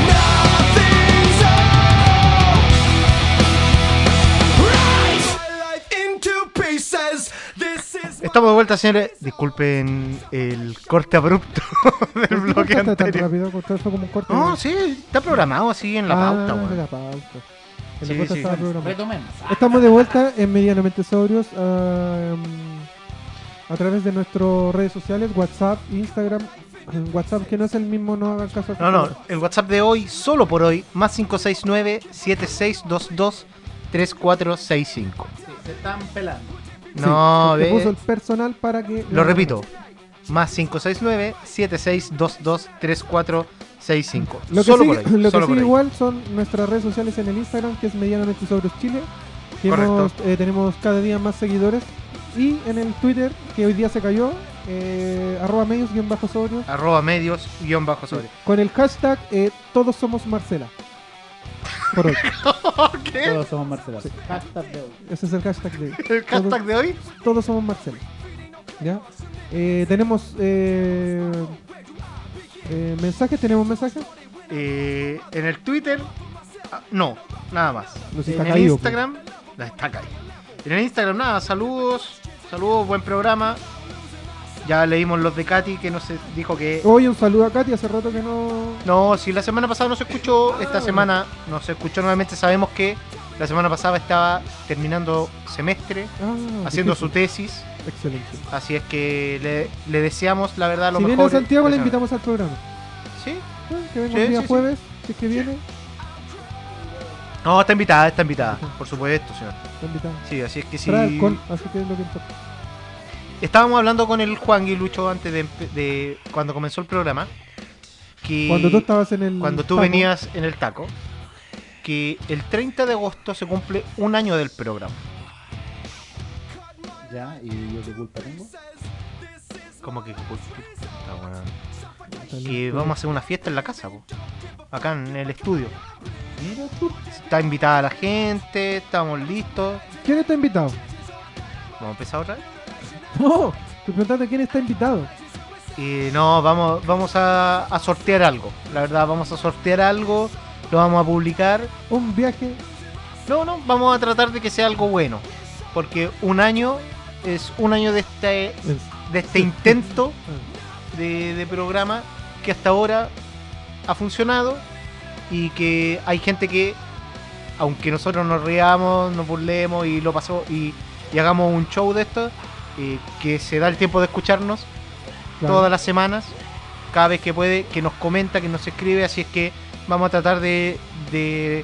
Nothing's alright. My life into pieces. This is my Estamos de vuelta, señores. Disculpen el corte abrupto *laughs* del ¿Por qué bloque cortaste tan anterior. rápido? Cortaste como un corte. No, de- sí, está programado así en la Ah, pauta, de weón. la pauta. que Sí, la cosa sí. estaba programada. Retomemos. Estamos de vuelta en Medianamente Sobrios ah, em, a través de nuestras redes sociales, WhatsApp, Instagram. em, WhatsApp que no es el mismo, no hagan caso. No, no, el WhatsApp de hoy, solo por hoy, más 569-7622-3465. Sí, se están pelando. No, te puso el ve. personal para que... Lo repito, más 569-7622-3465. Lo que Solo sí, por hoy. lo que solo por sí hoy. igual son nuestras redes sociales en el Instagram, que es Medianamente Sobrios Chile. Que Correcto. hemos, eh, tenemos cada día más seguidores. Y en el Twitter, que hoy día se cayó, eh, arroba medios-sobrios. Arroba medios guión bajo sobre. Con el hashtag eh, Todos somos Marcela. *laughs* Por hoy. ¿Qué? Todos somos Marcelo. Hashtag de hoy. Ese es el hashtag de hoy. ¿El hashtag de hoy? Todos somos Marcela. ¿Ya? Eh, tenemos eh, eh, mensajes, tenemos mensajes. Eh, en el Twitter, ah, no, nada más. Los en está el caído, pues. Instagram, la está caído. En el Instagram, nada, saludos, saludos, buen programa. Ya leímos los de Katy que nos dijo que. Hoy un saludo a Katy, hace rato que no. No, si la semana pasada no se escuchó, esta bueno. semana no se escuchó nuevamente. Sabemos que la semana pasada estaba terminando semestre, Ah, haciendo su difícil. tesis. Excelente. Así es que le, le deseamos, la verdad, lo Si viene mejor. a Santiago, la Esa- invitamos al programa. Sí. Ah, Que venga Sí, el día sí, sí. jueves, si es que viene, No, está invitada, está invitada, por supuesto, señor. la invitamos. Sí, así es que sí. Trae alcohol, así que es lo que importa. Estábamos hablando con el Juan Guilucho antes de, empe- de cuando comenzó el programa. Que Cuando tú estabas en el. cuando tú taco, venías en el taco, que el 30 de agosto se cumple un año del programa. Ya, y yo qué culpa tengo. Como que puta, weón. salí. que vamos a hacer una fiesta en la casa, po. acá en el estudio. Mira tú. Está invitada la gente, estamos listos. ¿Quién está invitado? *laughs* Vamos a empezar otra vez. No, tú preguntaste quién está invitado. Y no, vamos, vamos a, a sortear algo. La verdad, vamos a sortear algo, lo vamos a publicar. Un viaje. No, no, vamos a tratar de que sea algo bueno. Porque un año es un año de este, en- de este intento Ah, de, de programa que hasta ahora ha funcionado y que hay gente que, aunque nosotros nos riamos, nos burlemos y lo pasó y, y hagamos un show de esto, eh, que se da el tiempo de escucharnos claro. todas las semanas, cada vez que puede, que nos comenta, que nos escribe, así es que vamos a tratar de, de,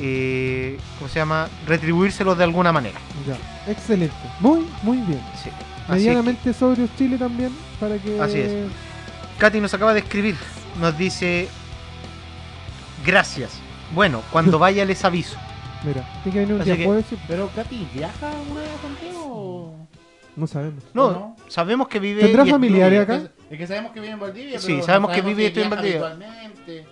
eh, ¿cómo se llama? Retribuírselos de alguna manera. Ya. Excelente. Muy, muy bien. Sí. Así es que- Medianamente sobrios Chile también, para que. Así es. Katy nos acaba de escribir. Nos dice. Gracias. Bueno, cuando *laughs* vaya les aviso. Mira, tiene que venir un Así día que- jueves. y- Pero, Katy, ¿viaja alguna vez contigo? No sabemos. No, ¿No? sabemos que vive. ¿Tendrá y estudia- familiares acá? Es que sabemos que vive en Valdivia. Sí, pero no sabemos que vive y si estoy en viaja Valdivia. habitualmente.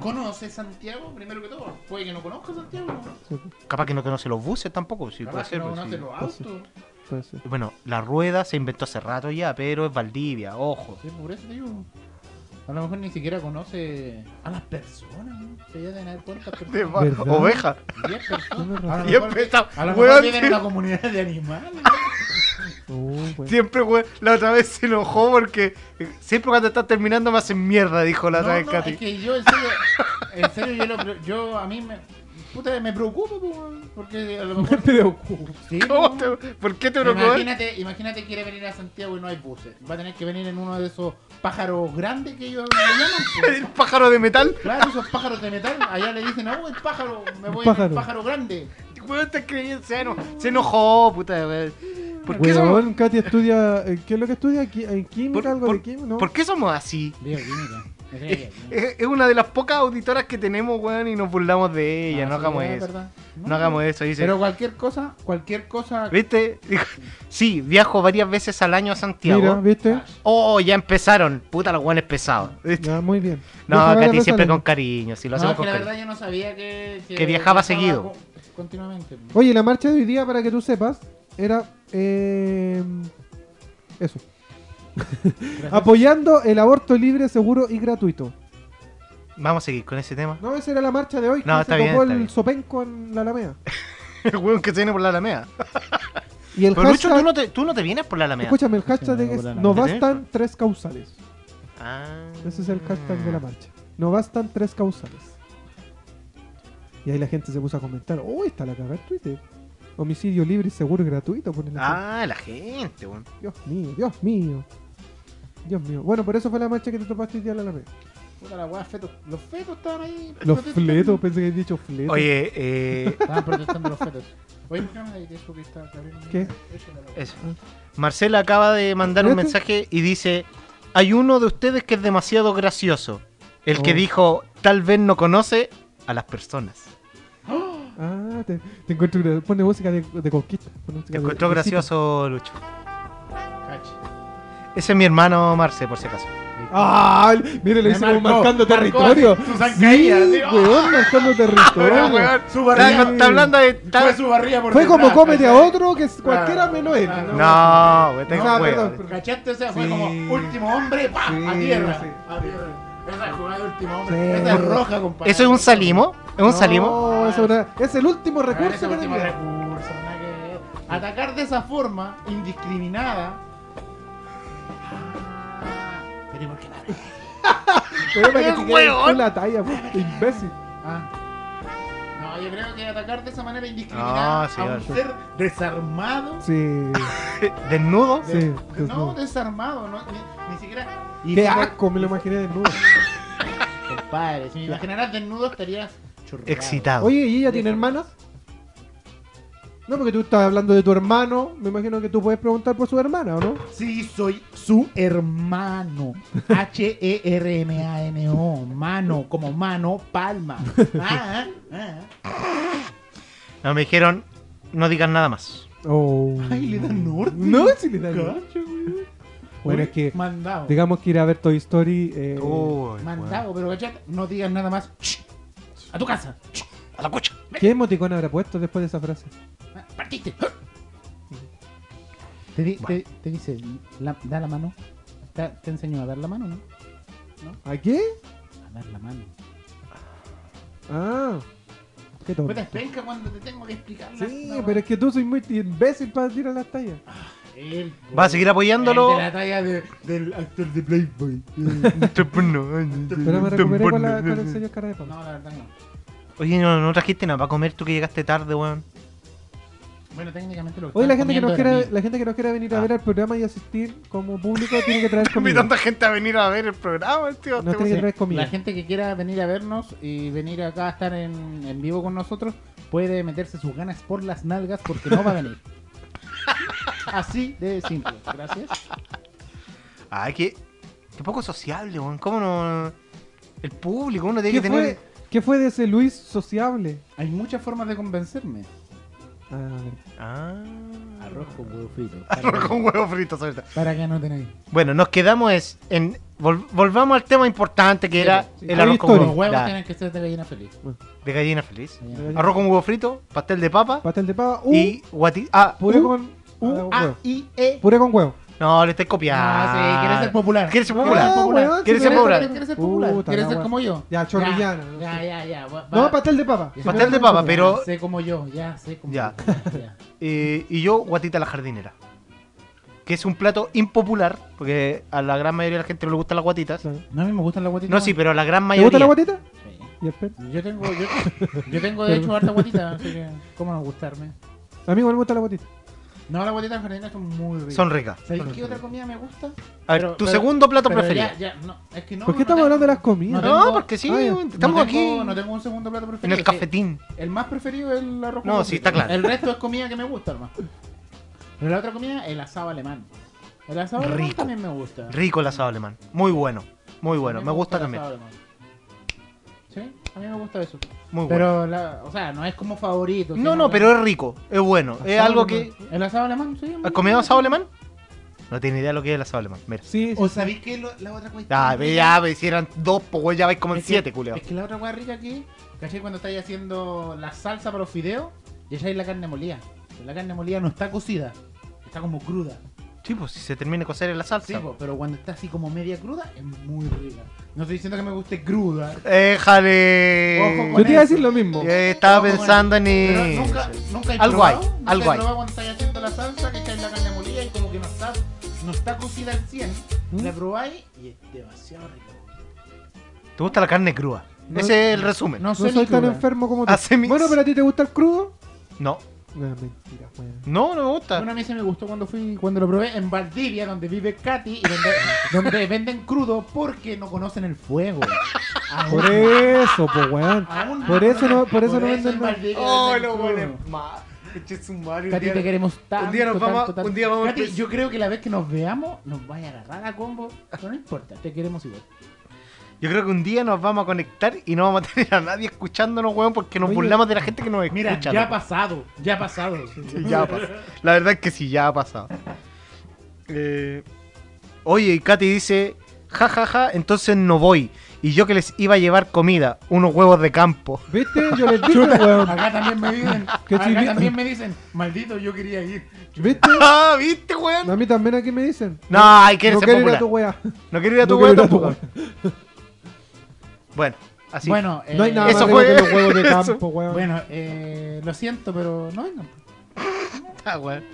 ¿Conoce Santiago primero que todo? Puede que no conozca Santiago. ¿no? Sí, Capaz que no conoce los buses tampoco. Sí, puede Capaz que ser, no pues, conoce sí. los sí. autos. puede ser. Bueno, la rueda se inventó hace rato ya, pero es Valdivia, ojo. Sí, por eso te digo. A lo mejor ni siquiera conoce a las personas. ¿no? Se ya deben haber cuántas *laughs* personas. ¿Verdad? Oveja. 10 Tienes Ah, personas. razón. A lo Y mejor, empezamos. a lo mejor Weón, viven en sí. una comunidad de animales. Oh, bueno. Siempre, weón, la otra vez se enojó porque eh, siempre cuando está terminando me hacen mierda, dijo la No, otra vez no, Katy. es que yo en serio, en serio yo, lo- yo a mí me, puta, me preocupo po, weón, porque a *laughs* lo mejor sí, *laughs* ¿Cómo po. te- ¿Por qué te preocupas? imagínate, imagínate que quiere venir a Santiago y no hay buses, va a tener que venir en uno de esos pájaros grandes que ellos le *laughs* llaman. El po. pájaro de metal. Claro, esos pájaros de metal, allá le dicen, "Ah, el pájaro, me voy a Pájaro. un pájaro grande." Weón, te creyendo, se, eno- se enojó, puta. weón. ¿Por qué, somos, Weón, Katy estudia. eh, ¿Qué es lo que estudia? Qui- ¿En química? Por- ¿Algo por- de química? No. por qué somos así? Bioquímica. Es, es una de las pocas auditoras que tenemos, weón, y nos burlamos de ella. Ah, no hagamos eso. No hagamos eso, dice. Pero cualquier cosa, cualquier cosa ¿Viste? Dijo, sí, viajo varias veces al año a Santiago. Mira, ¿viste? Oh, ya empezaron. Puta, los weones pesados. ¿Viste? Ya, muy bien. No, Deja varias Katy, veces siempre al año. con cariño. Si lo No, hacemos es que con la cariño. verdad yo no sabía que... Que viajaba seguido. co- Continuamente. Oye, la marcha de hoy día, para que tú sepas, era. eh, eso. Ah, Apoyando el aborto libre, seguro y gratuito. Vamos a seguir con ese tema. No, esa era la marcha de hoy. No, que está se bien, tocó está el bien. sopenco en la *laughs* Alameda. *laughs* el weón que se viene por la Alameda. Y el Pero Lucho, hashtag- tú no, te, tú no te vienes por la Alameda. Escúchame, el Sí, hashtag me es voy a la No Alameda. bastan tres causales. Ah. Mm. Ese es el hashtag de la marcha. No bastan tres causales. Y ahí la gente se puso a comentar, oh, está la cagada en Twitter. Homicidio libre y seguro y gratuito, ponen la Ah, la gente, weón. gente. Dios mío, Dios mío. Dios mío. Bueno, por eso fue la marcha que te topaste hoy día a la vez. Puta la weá, fetos. Los fetos estaban ahí. Los protestando. fletos, pensé que habías dicho fletos. Oye, eh, Estaban protestando los fetos. Oye, ¿por qué no me dais eso que está está bien? ¿Qué? Échale la weá. eso. Marcela acaba de mandar un ¿Este? mensaje y dice: Hay uno de ustedes que es demasiado gracioso. El que Oh. dijo, tal vez no conoce a las personas. Ah, te, te encuentro gra- Pone música de, de conquista. pone música Te de- encontró de gracioso, Lucho. Cacha. Ese es mi hermano Marce, por si acaso. Ah, el- mire, lo Me hicimos marcó, marcando marcó territorio. así, su zancadilla, Sí, así, ¡oh! weón, marcando territorio. Su Está, barriga. está hablando de. está- Fue su barriga por Fue detrás, como cómete a ¿cachai? otro que es cualquiera menos él. Claro. No, güey, tengo No, huevo. perdón, ¿Cachaste? O sea, fue Sí. como último hombre, ¡pa! a Sí, tierra. sí. A tierra. Esa jugada de último hombre. Sí. Esa es roja, compadre. ¿Eso es un salimo? ¿Es un salimo? No, es, una- es el último Ah, ese recurso que último tenía. recurso, nada que ver. Atacar de esa forma, indiscriminada. Ah, Pero ¿y por qué la red? Pero para que ¡El te quede huevón! tú la talla, puto imbécil. Ah. No, yo creo que atacar de esa manera indiscriminada No, sí, a un sí. ser desarmado. Ah, Sí, *laughs* ¿Desnudo? sí. de- Dios no, mío. desarmado, no, ni, ni siquiera. Y Qué si- asco, me lo imaginé de nuevo. Compadre, si me imaginaras desnudo estarías churrado. Excitado. Oye, ¿y ella tiene hermanas? No, porque tú estás hablando de tu hermano. Me imagino que tú puedes preguntar por su hermana, ¿o no? Sí, soy su hermano. *laughs* E H-E-R-M-A-N-O. Mano, como mano, *laughs* palma. Ah, ah. No, me dijeron, no digas nada más. Oh. Ay, le dan norte. No, si le da Cacho, güey. Bueno, es que Mandado. digamos que ir a ver Toy Story. eh, Oh. Uy, Mandado, pero cachate. No digas nada más. Shh. A tu casa. Shh. A la cucha. ¿Qué emoticón habrá puesto después de esa frase? Ah, Partiste. Te, di- te- te dice, la- da la mano. Te, te enseñó a dar la mano, ¿no? ¿A qué? A dar la mano. Ah. Qué tonto. Puta, penca cuando te tengo que explicar la- Sí, la- pero es que tú soy muy imbécil para tirar las tallas. Él, Va a seguir apoyándolo. El de la talla de- del actor de Playboy. Este Pero me recuperé con, la, con el señor cara de palo. no, la verdad no. Oye, no, no trajiste nada para comer tú que llegaste tarde, weón. Bueno, técnicamente lo que Oye, están la gente, que comiendo nos era quiera, mío. la gente que nos quiera venir a Ah. ver al programa y asistir como público tiene que *laughs* traer comida. gente a venir a ver el programa, tío. Nos tiene que traer comida. La gente que quiera venir a vernos y venir acá a estar en, en vivo con nosotros puede meterse sus ganas por las nalgas porque no va a *laughs* venir. Así de simple. Gracias. Ay, qué, qué poco sociable, weón. ¿Cómo no...? El público, uno tiene ¿Qué que fue, tener... ¿Qué fue de ese Luis sociable? Hay muchas formas de convencerme. Ah, Ah. Arroz con huevo frito. Arroz con huevo frito, sobre todo. Para que no tenéis. Bueno, nos quedamos es- en. vol- volvamos al tema importante que era Sí, el hay arroz con historia. Los huevo. huevos Ya, tienen que ser de gallina feliz. de gallina feliz. Ya. Sí. Arroz con huevo frito, pastel de papa pastel de pava. Uh, y guati. Ah, puré uh, eh. con, U, ah, con A, huevo. I, E. Puré con huevo. No, le estáis copiando. Ah, sí, quieres ser popular. Quieres ser popular. Ah, popular. weón, ¿Quieres si ser no- popular? ¿Quieres ser popular? Puta, ¿Quieres la ser wea. como yo? Ya, chorrillana, no Ya, sé. ya, ya. va- No, va- pastel de papa. Ya. Pastel de papa, pero. Sé como yo, ya, sé como Ya. yo. ya. eh, y yo, guatita a la jardinera. Que es un plato impopular, porque a la gran mayoría de la gente no le gustan las guatitas. ¿Te No, a mí me gustan las guatitas. No, sí, pero a la gran mayoría. gusta la guatita? Sí. Y el pene. Yo tengo, yo, yo tengo de hecho harta guatita, así que, ¿cómo no gustarme? A mí igual me gusta la guatita. No, las guatitas jardineras son muy ricas. Son ricas. ¿Sabéis qué otra comida me gusta? A ver, Pero- tu pero- segundo plato Pero preferido. ya, ya, no, es que no, ¿Por qué no estamos tengo- hablando de las no comidas? tengo- No, porque sí, Ah, ya. weón, no estamos tengo- aquí No tengo un segundo plato en el preferido. que- cafetín. El más preferido es el arroz con No, huevo sí, frito. está claro. El resto es comida que me gusta, hermano. Pero la otra comida, el asado alemán. El asado alemán Rico. también me gusta. Rico el asado alemán. Muy bueno. Muy bueno. A mí Me gusta el también. asado alemán. Sí, a mí me gusta eso. Muy bueno. Pero, la, o sea, no es como favorito. No, no, pero es rico. Es bueno. Es Asado algo que. Ah, alemán. El asado alemán, sí. ¿Has comido asado alemán? No tiene idea lo que es el asado alemán. Mira. Sí, sí. ¿O sabéis que lo- la otra cuestión? Ah, ve, rica? ya, ve, si eran dos, pues güey, ya vais como en Es que- siete, culiao. Es que la otra hueá rica aquí, ¿cachai? Cuando estáis haciendo la salsa para los fideos y echáis la carne molida. Pero La carne molida no está cocida, está como cruda. Sí, pues si se termina de cocer en la salsa. Sí, po, pero cuando está así como media cruda, es muy rica. No estoy diciendo que me guste cruda. Ojo Déjale. Eh, Yo con te iba a eso. decir lo mismo. Eh, Yo estaba Ojo con pensando en Pero eso. nunca, nunca he Algo probado, hay, nunca algo he hay. probado cuando estáis haciendo la salsa, que echáis la carne molida y como que no está, no está cocida al 100. ¿Mm? La probáis y es demasiado rica. ¿Te gusta la carne cruda? No- Ese es el resumen. No. No No sé soy tan enfermo como tú. Hace mis- Bueno, pero a ti te gusta el crudo. no, No, mentira, weón. no, me gusta. Una vez se me gustó cuando fui, cuando lo probé en Valdivia, donde vive Katy, y donde, donde venden crudo porque no conocen el fuego. Aún- Por eso, pues weón. aún Por eso no, por eso por no eso en venden nada. Valdivia Oh, venden lo crudo. bueno. ma- Este es un Mario, un Katy, día- te queremos tanto. un día nos vamos a- tanto, tanto. un día vamos a Katy, empezar- yo creo que la vez que nos veamos nos vaya a agarrar a combo, pero no importa, te queremos igual. Yo creo que un día nos vamos a conectar y no vamos a tener a nadie escuchándonos, weón, porque nos Oye, burlamos de la gente que nos escucha. Mira, loco. ya ha pasado, ya ha pasado. Sí, ya ha pasado. La verdad es que sí, ya ha pasado. Eh, oye, y Katy dice, ja, ja, ja, entonces no voy. Y yo que les iba a llevar comida, unos huevos de campo. *laughs* ¿Viste? Yo les dije, weón. Acá también me dicen, *laughs* Qué acá chivi- también me dicen, maldito, yo quería ir. ¿Viste? ¡Ah, viste, weón! A mí también aquí me dicen. No, ay, quieres no ser quiero ir a popular. tu weá. No quiero ir a tu No weón quiero ir a tu tampoco. Bueno, así. Bueno, No hay eh, nada Eso más fue- rico que los huevos de *laughs* eso- campo, weón. Bueno, eh, lo siento, pero no vengan. Ah, weón.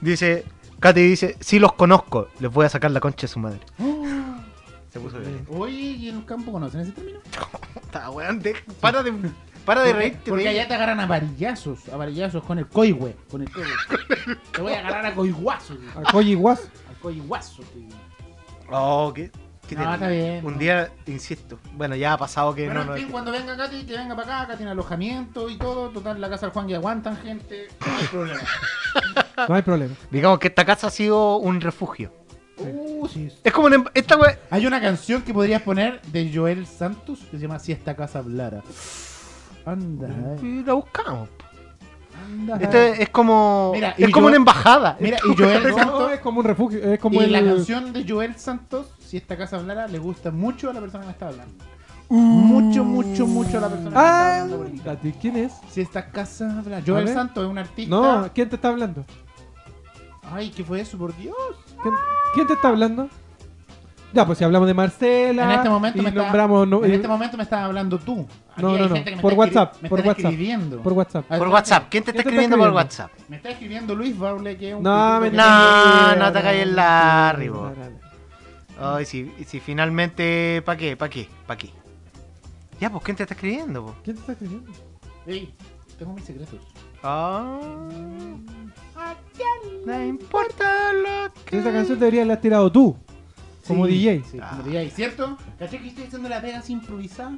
Dice, Katy dice, sí los conozco, les voy a sacar la concha de su madre. Se puso violento. *gasps* Oye, ¿y en el campo conocen ese término? Puta, weón, de- para de, para de reírte. Porque de- allá te agarran a varillazos, a varillazos con el coigüe, con el *laughs* coigüe. te voy a agarrar a coiguazo, tío, A Koji Guas. al coiguazo. tío. Oh, qué, qué No, terrible. está bien, Un no. día, insisto. Bueno, ya ha pasado que Pero no, en no- fin, cuando venga Katy, que venga para acá, acá tiene alojamiento y todo. Total, la casa del Juan que aguantan gente, no hay *laughs* problema. No hay problema. Digamos que esta casa ha sido un refugio. Uh, sí. Es como una em- esta wea. Hay una canción que podrías poner de Joel Santos que se llama Si esta casa hablara. Anda, eh, y La buscamos. po. anda. eh. Este es como. Mira, y es como yo- una embajada. Mira, Es y como- Joel No, Santos es como un refugio. Es como y el. la canción de Joel Santos, si esta casa hablara, le gusta mucho a la persona que me está hablando. Mucho, mucho, mucho a la persona que me está Uh. Ah, hablando. ahorita. Katy, ¿quién es? Si esta casa hablara. Joel ver. Santos es un artista. No, ¿quién te está hablando? Ay, ¿qué fue eso? Por Dios. ¿Quién, quién te está hablando? Ya, pues si hablamos de Marcela. En este momento y me está- nombramos. no- en y- este momento me estás hablando tú. Aquí No, hay no, no. gente que me Por está escribi- WhatsApp, me por están WhatsApp, escribiendo. por WhatsApp. A ver, Por espérate. WhatsApp. ¿Quién te está ¿Quién te está escribiendo por escribiendo? WhatsApp? Me está escribiendo Luis Baule, que es un. No, tipo que- mentira. No, no te hagáis el Larry, vos. Ay, si, si finalmente. ¿Para qué? ¿Para qué? ¿Para qué? Ya, pues, ¿quién te está escribiendo? po? ¿Quién te está escribiendo? Ey, tengo mis secretos. Ah. No importa lo que. Esa canción debería haberla tirado tú, como Mm. Sí, DJ. Sí, Ah. como DJ, ¿cierto? ¿Caché que estoy haciendo la pega *laughs* sin improvisar?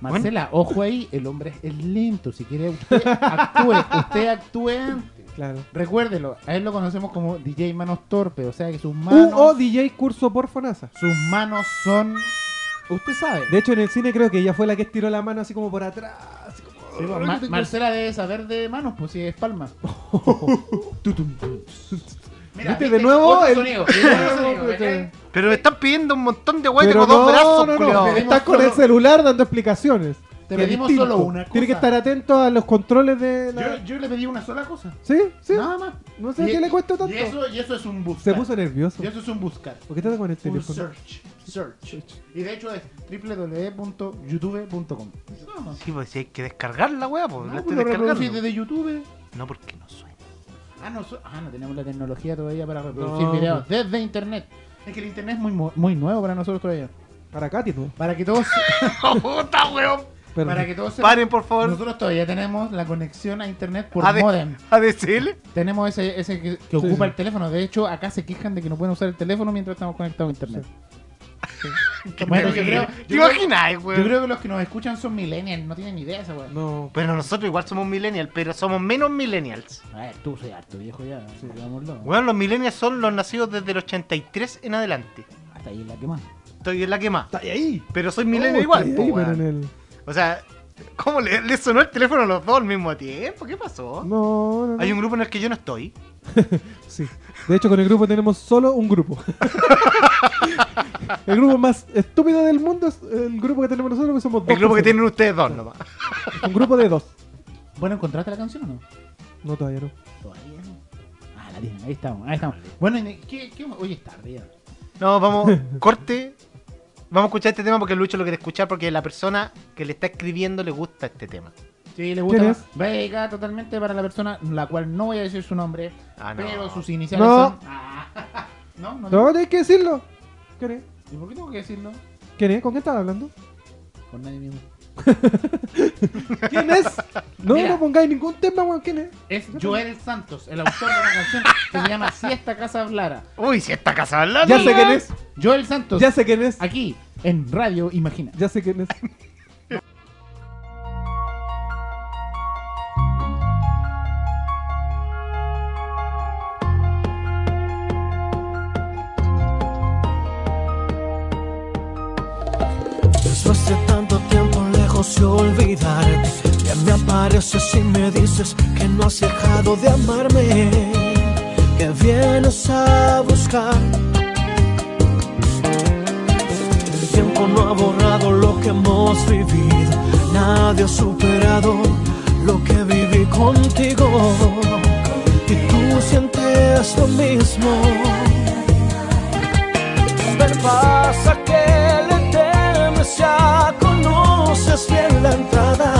Marcela, ojo ahí, el hombre es lento. Si quiere, usted actúe, usted actúe antes. Claro. Recuérdelo, a él lo conocemos como DJ Manos Torpe, o sea que sus manos, U o DJ curso por Fonasa. sus manos son. Usted sabe. De hecho, en el cine creo que ella fue la que estiró la mano así como por atrás. así como- Sí, pues, Ma- Marcela debe saber de manos, pues si es *laughs* palma. Tutum, tum. Mira, ¿Viste? De nuevo Otro el- *laughs* sonido, de otro nuevo, sonido, ¿cachai? Pero me están pidiendo un montón de weas. Tengo no, dos brazos, no, culiao. no, estás Pedimos con el solo- celular dando explicaciones. Te Que es pedimos distinto. solo una cosa. Tiene que estar atento a los controles de la... Yo, yo le pedí una sola cosa. ¿Sí? ¿Sí? Nada más. No sé Y- qué le cuesta tanto. Y eso, y eso es un buscar. Se puso nervioso. Y eso es un buscar. ¿Por qué estás con el Un teléfono? search. Search. Y de hecho es www.youtube.com. Nada más. Sí, pues si hay que descargar la wea, pues la No, estoy pues lo reproducís descargando. desde YouTube. No, porque no suena. *laughs* Ah no, so- ah, no tenemos la tecnología todavía para reproducir No, videos desde internet. Es que el internet es muy, mo- muy nuevo para nosotros todavía. Para Katy, ¿no? Para que *laughs* todos, ¡Puta, weón! Pero- para que todos se- Paren, por favor. Nosotros todavía tenemos la conexión a internet por AD modem. ADSL. Tenemos ese, ese que, que Sí, ocupa sí. el teléfono. De hecho, acá se quejan de que no pueden usar el teléfono mientras estamos conectados a internet. Bueno, yo creo- ¿Te yo creo- imaginas, Yo weón? creo que los que nos escuchan son millennials, no tienen ni idea esa weá. No. Bueno, nosotros igual somos millennials, pero somos menos millennials. A ver, tú soy harto viejo ya, digámoslo. Weón, los millennials son los nacidos desde el 83 en adelante. Hasta ahí es la que más. Estoy en la que más. Está ahí. Pero soy Oh, millennial está igual, po, ahí, pero weón. en el- O sea, ¿cómo le, le sonó el teléfono a los dos al mismo tiempo? ¿Qué pasó? No, no, no. Hay un grupo en el que yo no estoy. Sí. De hecho, con el grupo tenemos solo un *laughs* grupo. el grupo más estúpido del mundo es el grupo que tenemos nosotros, que somos dos. El grupo que personas. tienen ustedes dos nomás. Un grupo de dos. Bueno, ¿encontraste la canción o no? No, todavía no. Todavía no. Ah, la tienen, ahí estamos, ahí estamos. Bueno, ¿y ¿qué, qué- hoy es tarde ya. No, *laughs* vamos, corte. Vamos a escuchar este tema porque Lucho lo quiere escuchar porque la persona que le está escribiendo le gusta este tema. Sí, le gusta. ¿Quién más. Vega totalmente para la persona, la cual no voy a decir su nombre, Ah, no. pero sus iniciales No. son. Ah, *laughs* no, no. No, tenés que decirlo. ¿Quién es? ¿Y por qué tengo que decirlo? ¿Quién es? ¿Con qué estás hablando? Con con nadie mismo. ¿Quién es? No, Mira. no pongáis ningún tema, weón. ¿Quién es? Es Joel Santos, el autor de una canción que se llama Si esta casa hablara. Uy, si esta casa hablando. Ya sé quién es. Joel Santos, Ya sé quién es. aquí en Radio Imagina. Ya sé quién es. Eso hace tanto tiempo lejos de olvidar. Ya me apareces y me dices que no has dejado de amarme. Que vienes a buscar. El tiempo no ha borrado lo que hemos vivido. Nadie ha superado lo que viví contigo. Y tú sientes lo mismo ver pasa que le temes ya conoces bien la entrada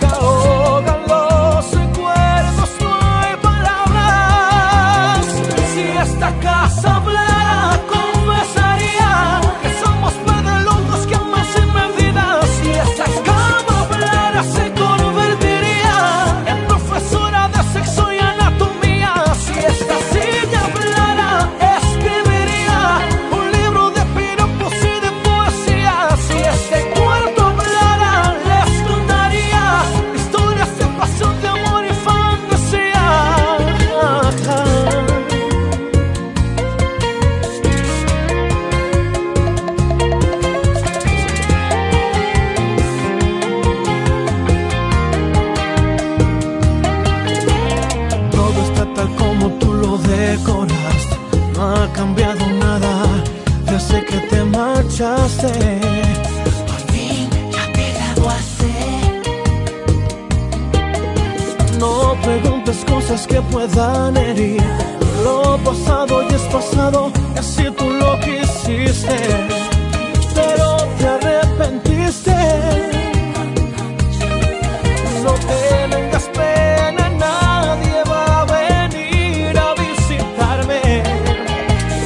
te ahogan los recuerdos no hay palabras si esta casa hablara confesaría que somos perdeludos que amas sin medidas si esta cama hablara se convertiría en profesora de sexo y anatomía si esta silla hablara escribiría un libro de piropos y de poesía si este cuarto hablara les contaría historias de pasión de amor y fantasía Todo está tal como tú lo decoraste. No ha cambiado nada desde que te marchaste. Por fin ya te graduaste. No preguntes cosas que puedan herir. Lo pasado y es pasado, y así tú lo quisiste. Pero te arrepentiste. No tengas pena, nadie va a venir a visitarme.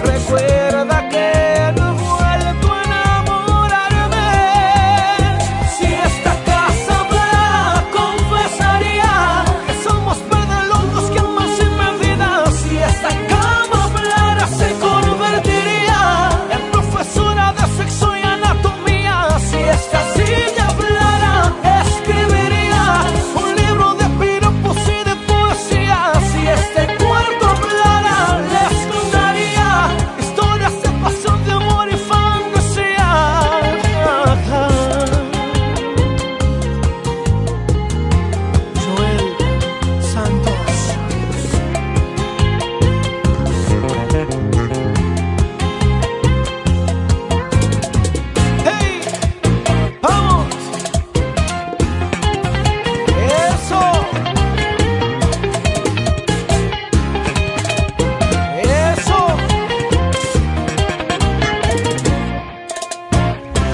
Recuerda que no he vuelto a enamorarme. Si esta casa hablara, confesaría que somos perdeludos que aman sin medida. Si esta cama hablara, se convertiría en profesora de sexo y anatomía. Si esta silla hablara, escribiría un libro de piropos y de poesía. Si este cuarto hablara, les contaría historias de pasión, de amor y fantasía. Joel Santos. ¡Hey! ¡Vamos! ¡Eso! ¡Eso!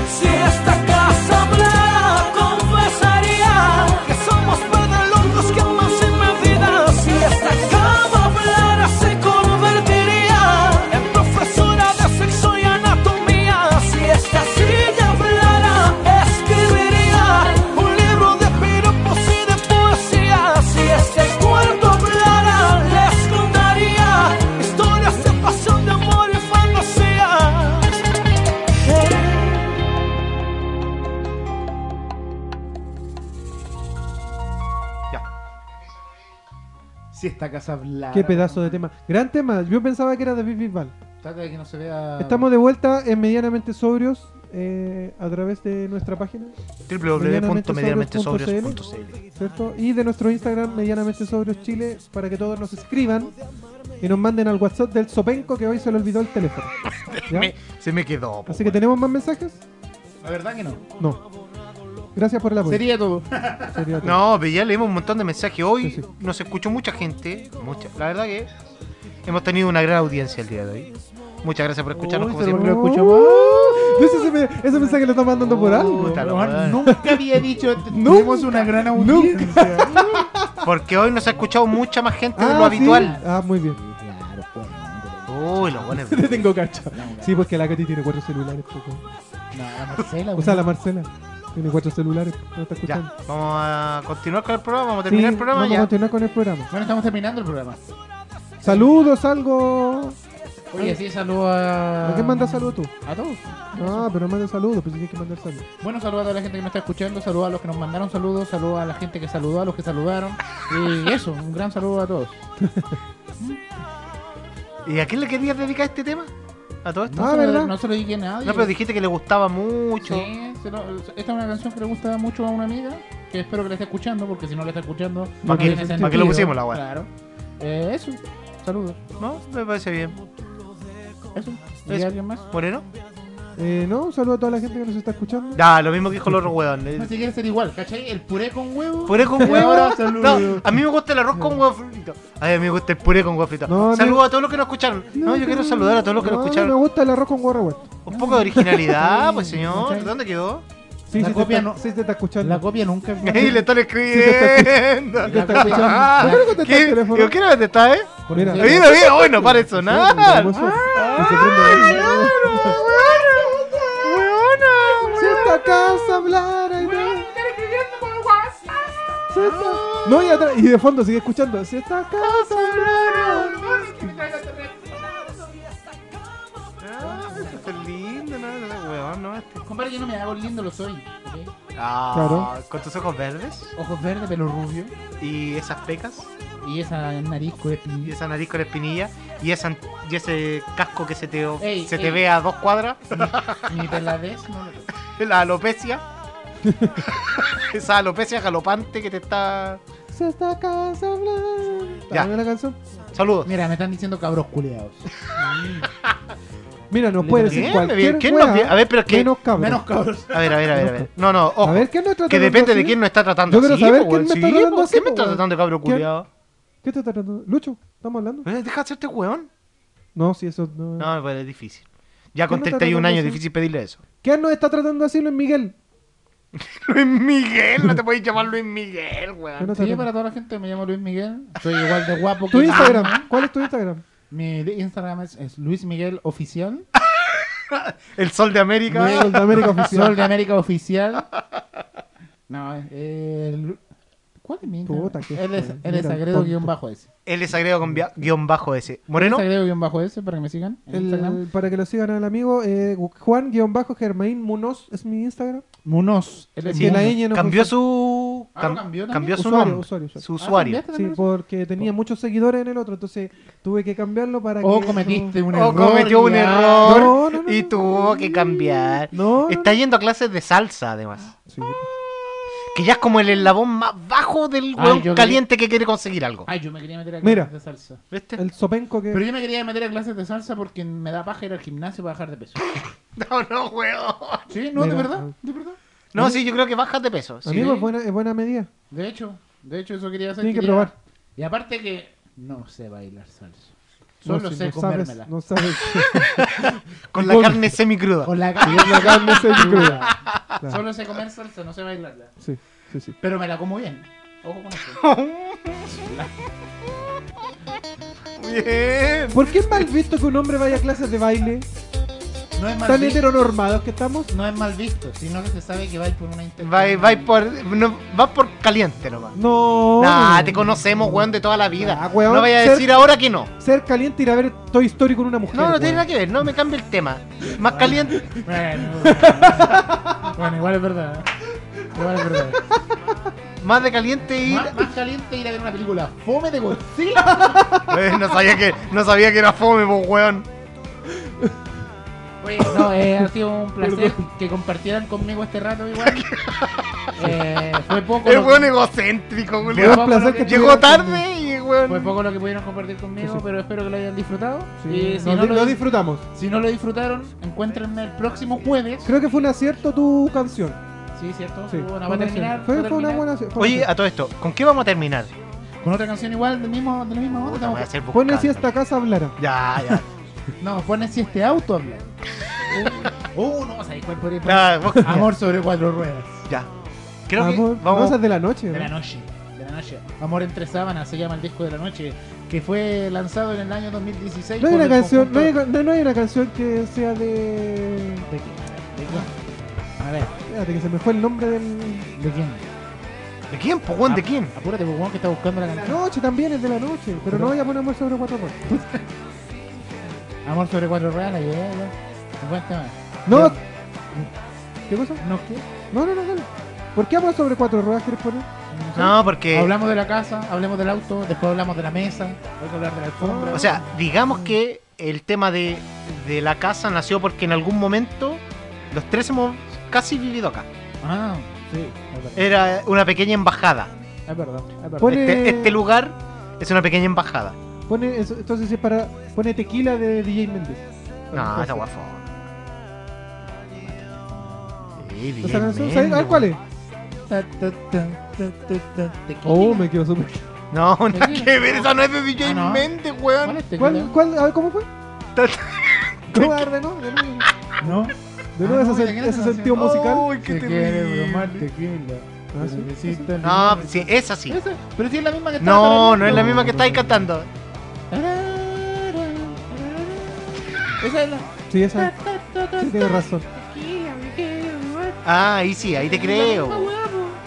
Si esta casa hablara, confesaría que somos perdeludos que aman sin medida. Si esta cama hablara, se convertiría en profesora de sexo y anatomía. Si esta silla hablara, escribiría un libro de piropos y de poesía. Si este cuarto hablara, les contaría historias de pasión, de amor y fantasía. Hey. Ya. Si esta casa hablara. Qué pedazo de tema. Gran tema. Yo pensaba que era David Bisbal. Trata de que no se vea. Estamos de vuelta en Medianamente Sobrios eh, a través de nuestra página, www.medianamentesobrios.cl ¿cierto? Y de nuestro Instagram, Medianamente Sobrios Chile, para que todos nos escriban y nos manden al WhatsApp del Sopenco que hoy se le olvidó el teléfono. ¿ya? Me- Se me quedó. po, Así que tenemos más mensajes. La verdad que no. No. Gracias por el apoyo. Sería todo. Sería todo. No, pero ya leímos un montón de mensajes. Hoy Sí, sí. nos escuchó mucha gente. Mucha. La verdad que hemos tenido una gran audiencia el día de hoy. Muchas gracias por escucharnos. Uy, como se siempre. lo escuchamos. Oh, ¿Ves ese, me- ese mensaje lo están mandando Uh, por algo? Puta la Weón, madre. nunca había *laughs* dicho. Tenemos una gran audiencia. Porque hoy nos ha escuchado mucha más gente de Ah, lo sí. habitual. Ah, *laughs* muy bien. Claro, pues, Uy, los buenos. *laughs* pues Te tengo cacha. Sí, porque la Katy tiene cuatro celulares. Poco. *laughs* No, la Marcela. O sea, la Marcela. Tiene cuatro celulares. No está Ya, escuchando. vamos a continuar con el programa, vamos a Sí, terminar el programa vamos a ya. continuar con el programa. Bueno, estamos terminando el programa. Saludos, algo. Oye, sí, saludo a. ¿A quién mandas saludos tú? A todos. Ah, pero manda saludos, pues tienes que mandar saludos. Bueno, saludo a toda la gente que me está escuchando, saludo a los que nos mandaron saludos, saludo a la gente que saludó, a los que saludaron. *laughs* Y eso, un gran saludo a todos. ¿Y a quién le querías dedicar este tema? ¿A todo esto? No, Ah, se, ¿verdad? Lo, no se lo dije a nadie. No, pero dijiste que le gustaba mucho. Sí, se lo- esta es una canción que le gusta mucho a una amiga, que espero que la esté escuchando, porque si no la está escuchando, no ¿Para qué- tiene para sentido. qué lo pusimos la weá? Claro. Eh, eso, saludos. No, me parece bien. Eso. ¿Y Eso. alguien más? ¿Moreno? Eh, no, un saludo a toda la gente que nos está escuchando. Ya, lo mismo que dijo el otro hueón. No, eh, Si quieres ser igual, ¿cachai? El puré con huevo. Puré *laughs* con huevo. Ahora, saludos. No, a mí me gusta el arroz con huevo frito. A mí me gusta el puré con huevo frito. No, no. Saludos a todos los que nos escucharon. No, yo quiero saludar a todos los que no, nos No escucharon. Ah, me gusta el arroz con guarra, güey. Un poco de originalidad, Sí, pues ¿cachai? señor. ¿Dónde quedó? Sí, La sí, copia te está, no- sí, te está escuchando. La copia nunca *laughs* es Ahí le buena. están escribiendo. Te está escuchando. Ah, ¿Por qué no contestó el ¿qué? teléfono? Yo quiero que está, ¿eh? Porque Mira. si- Oye, oye, oye, no para de sonar. Hermoso. Ah, Que se prende. claro, bueno, bueno, Si bueno. esta casa hablara y no. Si esta- No, y, atrás- y de fondo sigue escuchando. Si esta casa hablara. Ah, está lindo, no, no, no, weón, no, este- Compadre, yo no me hago lindo, lo soy. ¿ok? Ah, con tus ojos verdes Ojos verdes, pelo rubio. y esas pecas Y esa nariz de y *laughs* esa nariz con espinilla y, esa, y ese casco que se te, Ey, se te ey. ve a dos cuadras, *laughs* Mi peladez no lo- la alopecia. *laughs* esa alopecia galopante que te está... Si esta casa hablara. Ya. ¿Está bien la canción? Saludos. Mira, me están diciendo cabros culeados. Mira, nos Le puede toqué. decir Bien, cualquier bien, ¿quién nos wea, vi- a ver, pero es que- menos cabrón. Menos cabros. A ver, a ver, a ver, a ver. No, no, ojo. A ver, ¿qué nos que depende de quién nos está tratando Yo quiero así, saber po, quién me weón. está Sí, tratando po, así, ¿quién me po, está weón? tratando de cabro ¿Quién? culiado? ¿Qué te está tratando? ¿Lucho? ¿Estamos hablando? Eh, Deja de hacerte weón. No, si eso no. No, pero es difícil. Ya ¿Quién con me está 31 años es tratando así? difícil pedirle *laughs* eso. ¿Quién nos está tratando así, Luis Miguel? Luis Miguel, no te puedes llamar Luis Miguel, ¿Quién weón. nos Sí, está tratando? para toda la gente, me llamo Luis Miguel. Soy igual de guapo que Ah. Tu Instagram. ¿Cuál es tu Instagram? Mi Instagram es, es Luis Miguel *laughs* Oficial. El Sol de América. Sol de América Sol Oficial. de América Oficial. No, eh, Lu- ¿Cuál es mi Instagram? Puta, qué Él es, fue, él es mira, agredo tonto. guión bajo ese. Él es agrego con via- guión bajo ese. Moreno, agredo guión bajo ese para que me sigan en El- Instagram. para que lo sigan al amigo, eh, Juan-Germain Munoz es mi Instagram. Munoz. Él es Es que la Munoz. ñ no cambió funciona. su. Ah, ¿lo cambió también? cambió su Usuario, nombre. usuario, usuario. Su Ah, usuario. ¿cambiaste Sí, también? porque tenía Oh. muchos seguidores en el otro, entonces tuve que cambiarlo para O que. Oh, Oh, cometiste un O error. Oh, cometió un ya. error No, no, no, y no. tuvo que cambiar. No. no, Está yendo a clases de salsa, además. no. Sí. Que ya es como el eslabón más bajo del Ay, weón yo caliente que quiere conseguir algo. Ay, yo me quería meter a Mira. clases de salsa. ¿Viste? El sopenco que. Pero yo me quería meter a clases de salsa porque me da paja ir al gimnasio para bajar de peso. *laughs* No, no, weón. Sí, no, de Mira, verdad, ah. de verdad. No, sí, yo creo que bajas de peso. sí. Amigo, es buena, es buena medida. De hecho, de hecho eso quería hacer. Tiene que quería- probar. Y aparte que no sé bailar salsa. No, Solo si sé no comérmela. sabes, no sabes. Con la carne *laughs* semicruda. Con la Sí, es la carne *laughs* semicruda. Claro. Solo sé comer salsa, no sé bailarla. Sí, sí, sí. Pero me la como bien. Ojo con eso. Bien. ¿Por qué es mal visto que un hombre vaya a clases de baile? No es mal Tan visto. heteronormados que estamos. No es mal visto, sino que se sabe que vais por una intención. Vai, vai por, no, va por caliente nomás. No. Nah, no. te conocemos, weón, de toda la vida. Ah, weón, no vayas a ser- decir ahora que no. Ser caliente ir a ver Toy Story con una mujer. No, no tiene weón. nada que ver, no me cambie el tema. Más caliente. Bueno, bueno, igual es verdad. ¿eh? Igual es verdad. Más de caliente ir. Más, más caliente ir a ver una película fome de Godzilla. *laughs* Eh, no, sabía que, no sabía que era fome, po, weón. Oye, no, eh, ha sido *laughs* un placer que compartieran conmigo este rato igual. *laughs* Eh, fue poco. Es lo que- weón egocéntrico, Fue weón. un placer que Llegó estuvieras tarde y weón. Fue poco lo que pudieron compartir conmigo, Sí. pero espero que lo hayan disfrutado. Sí, Y si nos no, di- lo, lo disfrutamos. si no lo disfrutaron, encuéntrenme el próximo jueves. Creo que fue un acierto tu canción. Sí, ¿cierto? Sí, Bueno, fue va un a terminar. acierto. va Fue, a fue una terminar buena acierto. Oye, a todo esto, ¿con qué vamos a terminar? Con otra canción igual, del mismo, de la misma onda. Puta, voy a estamos- hacer Pone buscando. si esta casa hablara. Ya, ya. No, ponen si este auto *laughs* habla. Uh, uh, no, o sea, ¿cuál podría poner? Ya, vos- Amor sobre cuatro ruedas. ya. Creo Amor, que vamos. Cosas de la noche. De la noche. De la noche. Amor entre sábanas se llama el disco de la noche. Que fue lanzado en el año 2016. No hay por una el canción, no conjunto- hay, no, no hay una canción que sea de ¿De qué? ¿De qué? A ver, Espérate que se me fue el nombre del. ¿de quién? ¿De quién, po, weón? ¿De quién? Apúrate, Pokémon, que está buscando la canción. Noche también, es de la noche. Pero no voy a poner amor sobre cuatro ruedas. Amor sobre cuatro ruedas, la llevé, weón. Un buen tema. No. Pero- ¿Qué cosa? ¿No qué? No, no, no, no. ¿Por qué amor sobre cuatro ruedas quieres poner? No sé. No, porque. Hablamos de la casa, hablemos del auto, después hablamos de la mesa, hay que hablar de la alfombra. O sea, digamos que el tema de, de la casa nació porque en algún momento los tres hemos casi vivido acá. Ah, sí, es verdad. Era una pequeña embajada. Es verdad, es verdad. Pone- Este, este lugar es una pequeña embajada. Pone, eso- entonces es para. Pone tequila de DJ Méndez. No, esa guafo. Sí, bien, Esa canción, bien, ¿sabes ¿sabes cuál es? Ta, ta, ta, ta, ta, ta, tequila. Oh, me quedo súper. No, nada que ver, esa no es de DJ Ah, no. Mente, ¿Cuál weón. es este tequila? ¿Cuál, cuál? A ver, ¿cómo fue? Ta- ¿Cómo? A ver, de nuevo, de nuevo. No. De nuevo Ah, no, ese, ¿de qué ese nace la sentido musical. Uy, qué Te quiere bromar terrible. tequila. Ah, sí. Ah, pues, Necesita No, limón. sí, esa sí. Esa, Pero si es la misma que No, no es la no, misma que no, estáis no. cantando. Esa es la. Sí, esa. Sí, tienes razón. Ah, ahí sí, ahí te creo.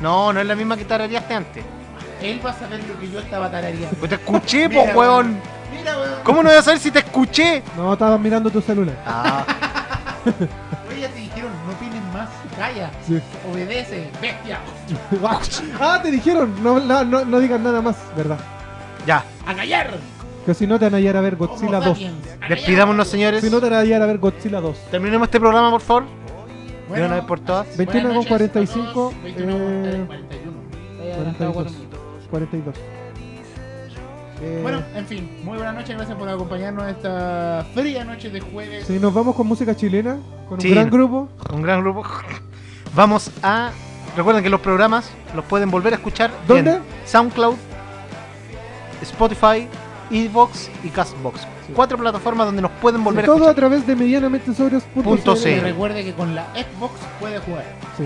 No, no es la misma que tarareaste antes. Él va a saber lo que yo estaba tarareando. Pues te escuché, po, Mira, weón. Mira, weón. ¿Cómo no voy a saber si te escuché? No, estabas mirando tu celular. Ah, Oye, ya te dijeron, no tienes más. Calla, Sí. *laughs* obedece, bestia. ah, te dijeron. No, no, no, no digas nada más, ¿verdad? *laughs* ya. A callar. Que si no te van a hallar a ver Godzilla Homo 2. sapiens, a callar. Despidámonos, señores. Si no te van a hallar a ver Godzilla 2. Terminemos este programa, por favor. De Bueno, una vez por todas. 21 con buenas noches a 45, todos. 21 con eh, 41. He adelantado cuatro 42. minutos. 42. Eh, Bueno, en fin, muy buenas noches, gracias por acompañarnos esta fría noche de jueves. si nos vamos con música chilena, con Sí. un gran grupo. Un gran grupo. Vamos a. Recuerden que los programas los pueden volver a escuchar ¿Dónde? en SoundCloud, Spotify, Evox y Castbox. Cuatro plataformas donde nos pueden volver a Todo a escuchar. través de medianamentesobrios.cl. Punto Y C. recuerde que con la Xbox puede jugar. Sí.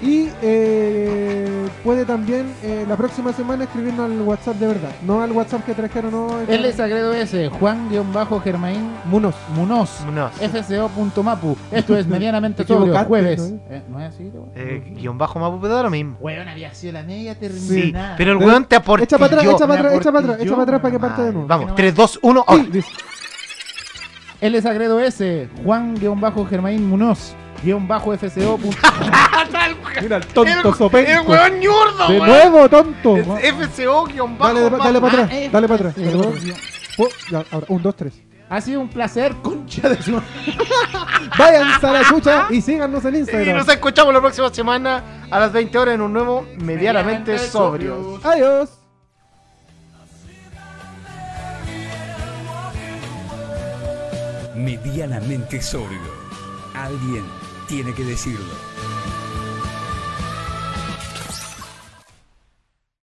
Y eh, puede también eh, la próxima semana escribirnos al WhatsApp de verdad. No al WhatsApp que trajeron hoy. Él es agredo ese, Juan-Germain Munos. Munoz. Vámonos. FCO.mapu. Esto es medianamente Te sobrio. equivocaste, Jueves. ¿no? Eh, ¿No es así? weón? Eh, guión bajo Mapu, pero da lo mismo. Weón, había sido la media Sí, terminada. pero el Pero- weón te aportilló. Echa para atrás, echa me para atrás, echa para atrás, aportilló, echa para atrás para que Madre, parte de nuevo. Vamos, 3, 2, 1, ahora. Sí, dice. Él es agredo ese, Juan-Germain Munoz. Guión bajo FCO. Mira el tonto ¡El sopenco. weón ñurdo, De weón! nuevo, tonto. Es FCO guión bajo Ah. Dale, Mapu. dale para Ah, atrás, dale para atrás. dale *laughs* para FCO. atrás. Oh, ya, ahora, un, dos, tres. Ha sido un placer, concha de su. Vayan a la chucha y síganos en Y Instagram. nos escuchamos la próxima semana a las 20 horas en un nuevo Medianamente Sobrio. Adiós. medianamente sobrio. Alguien tiene que decirlo.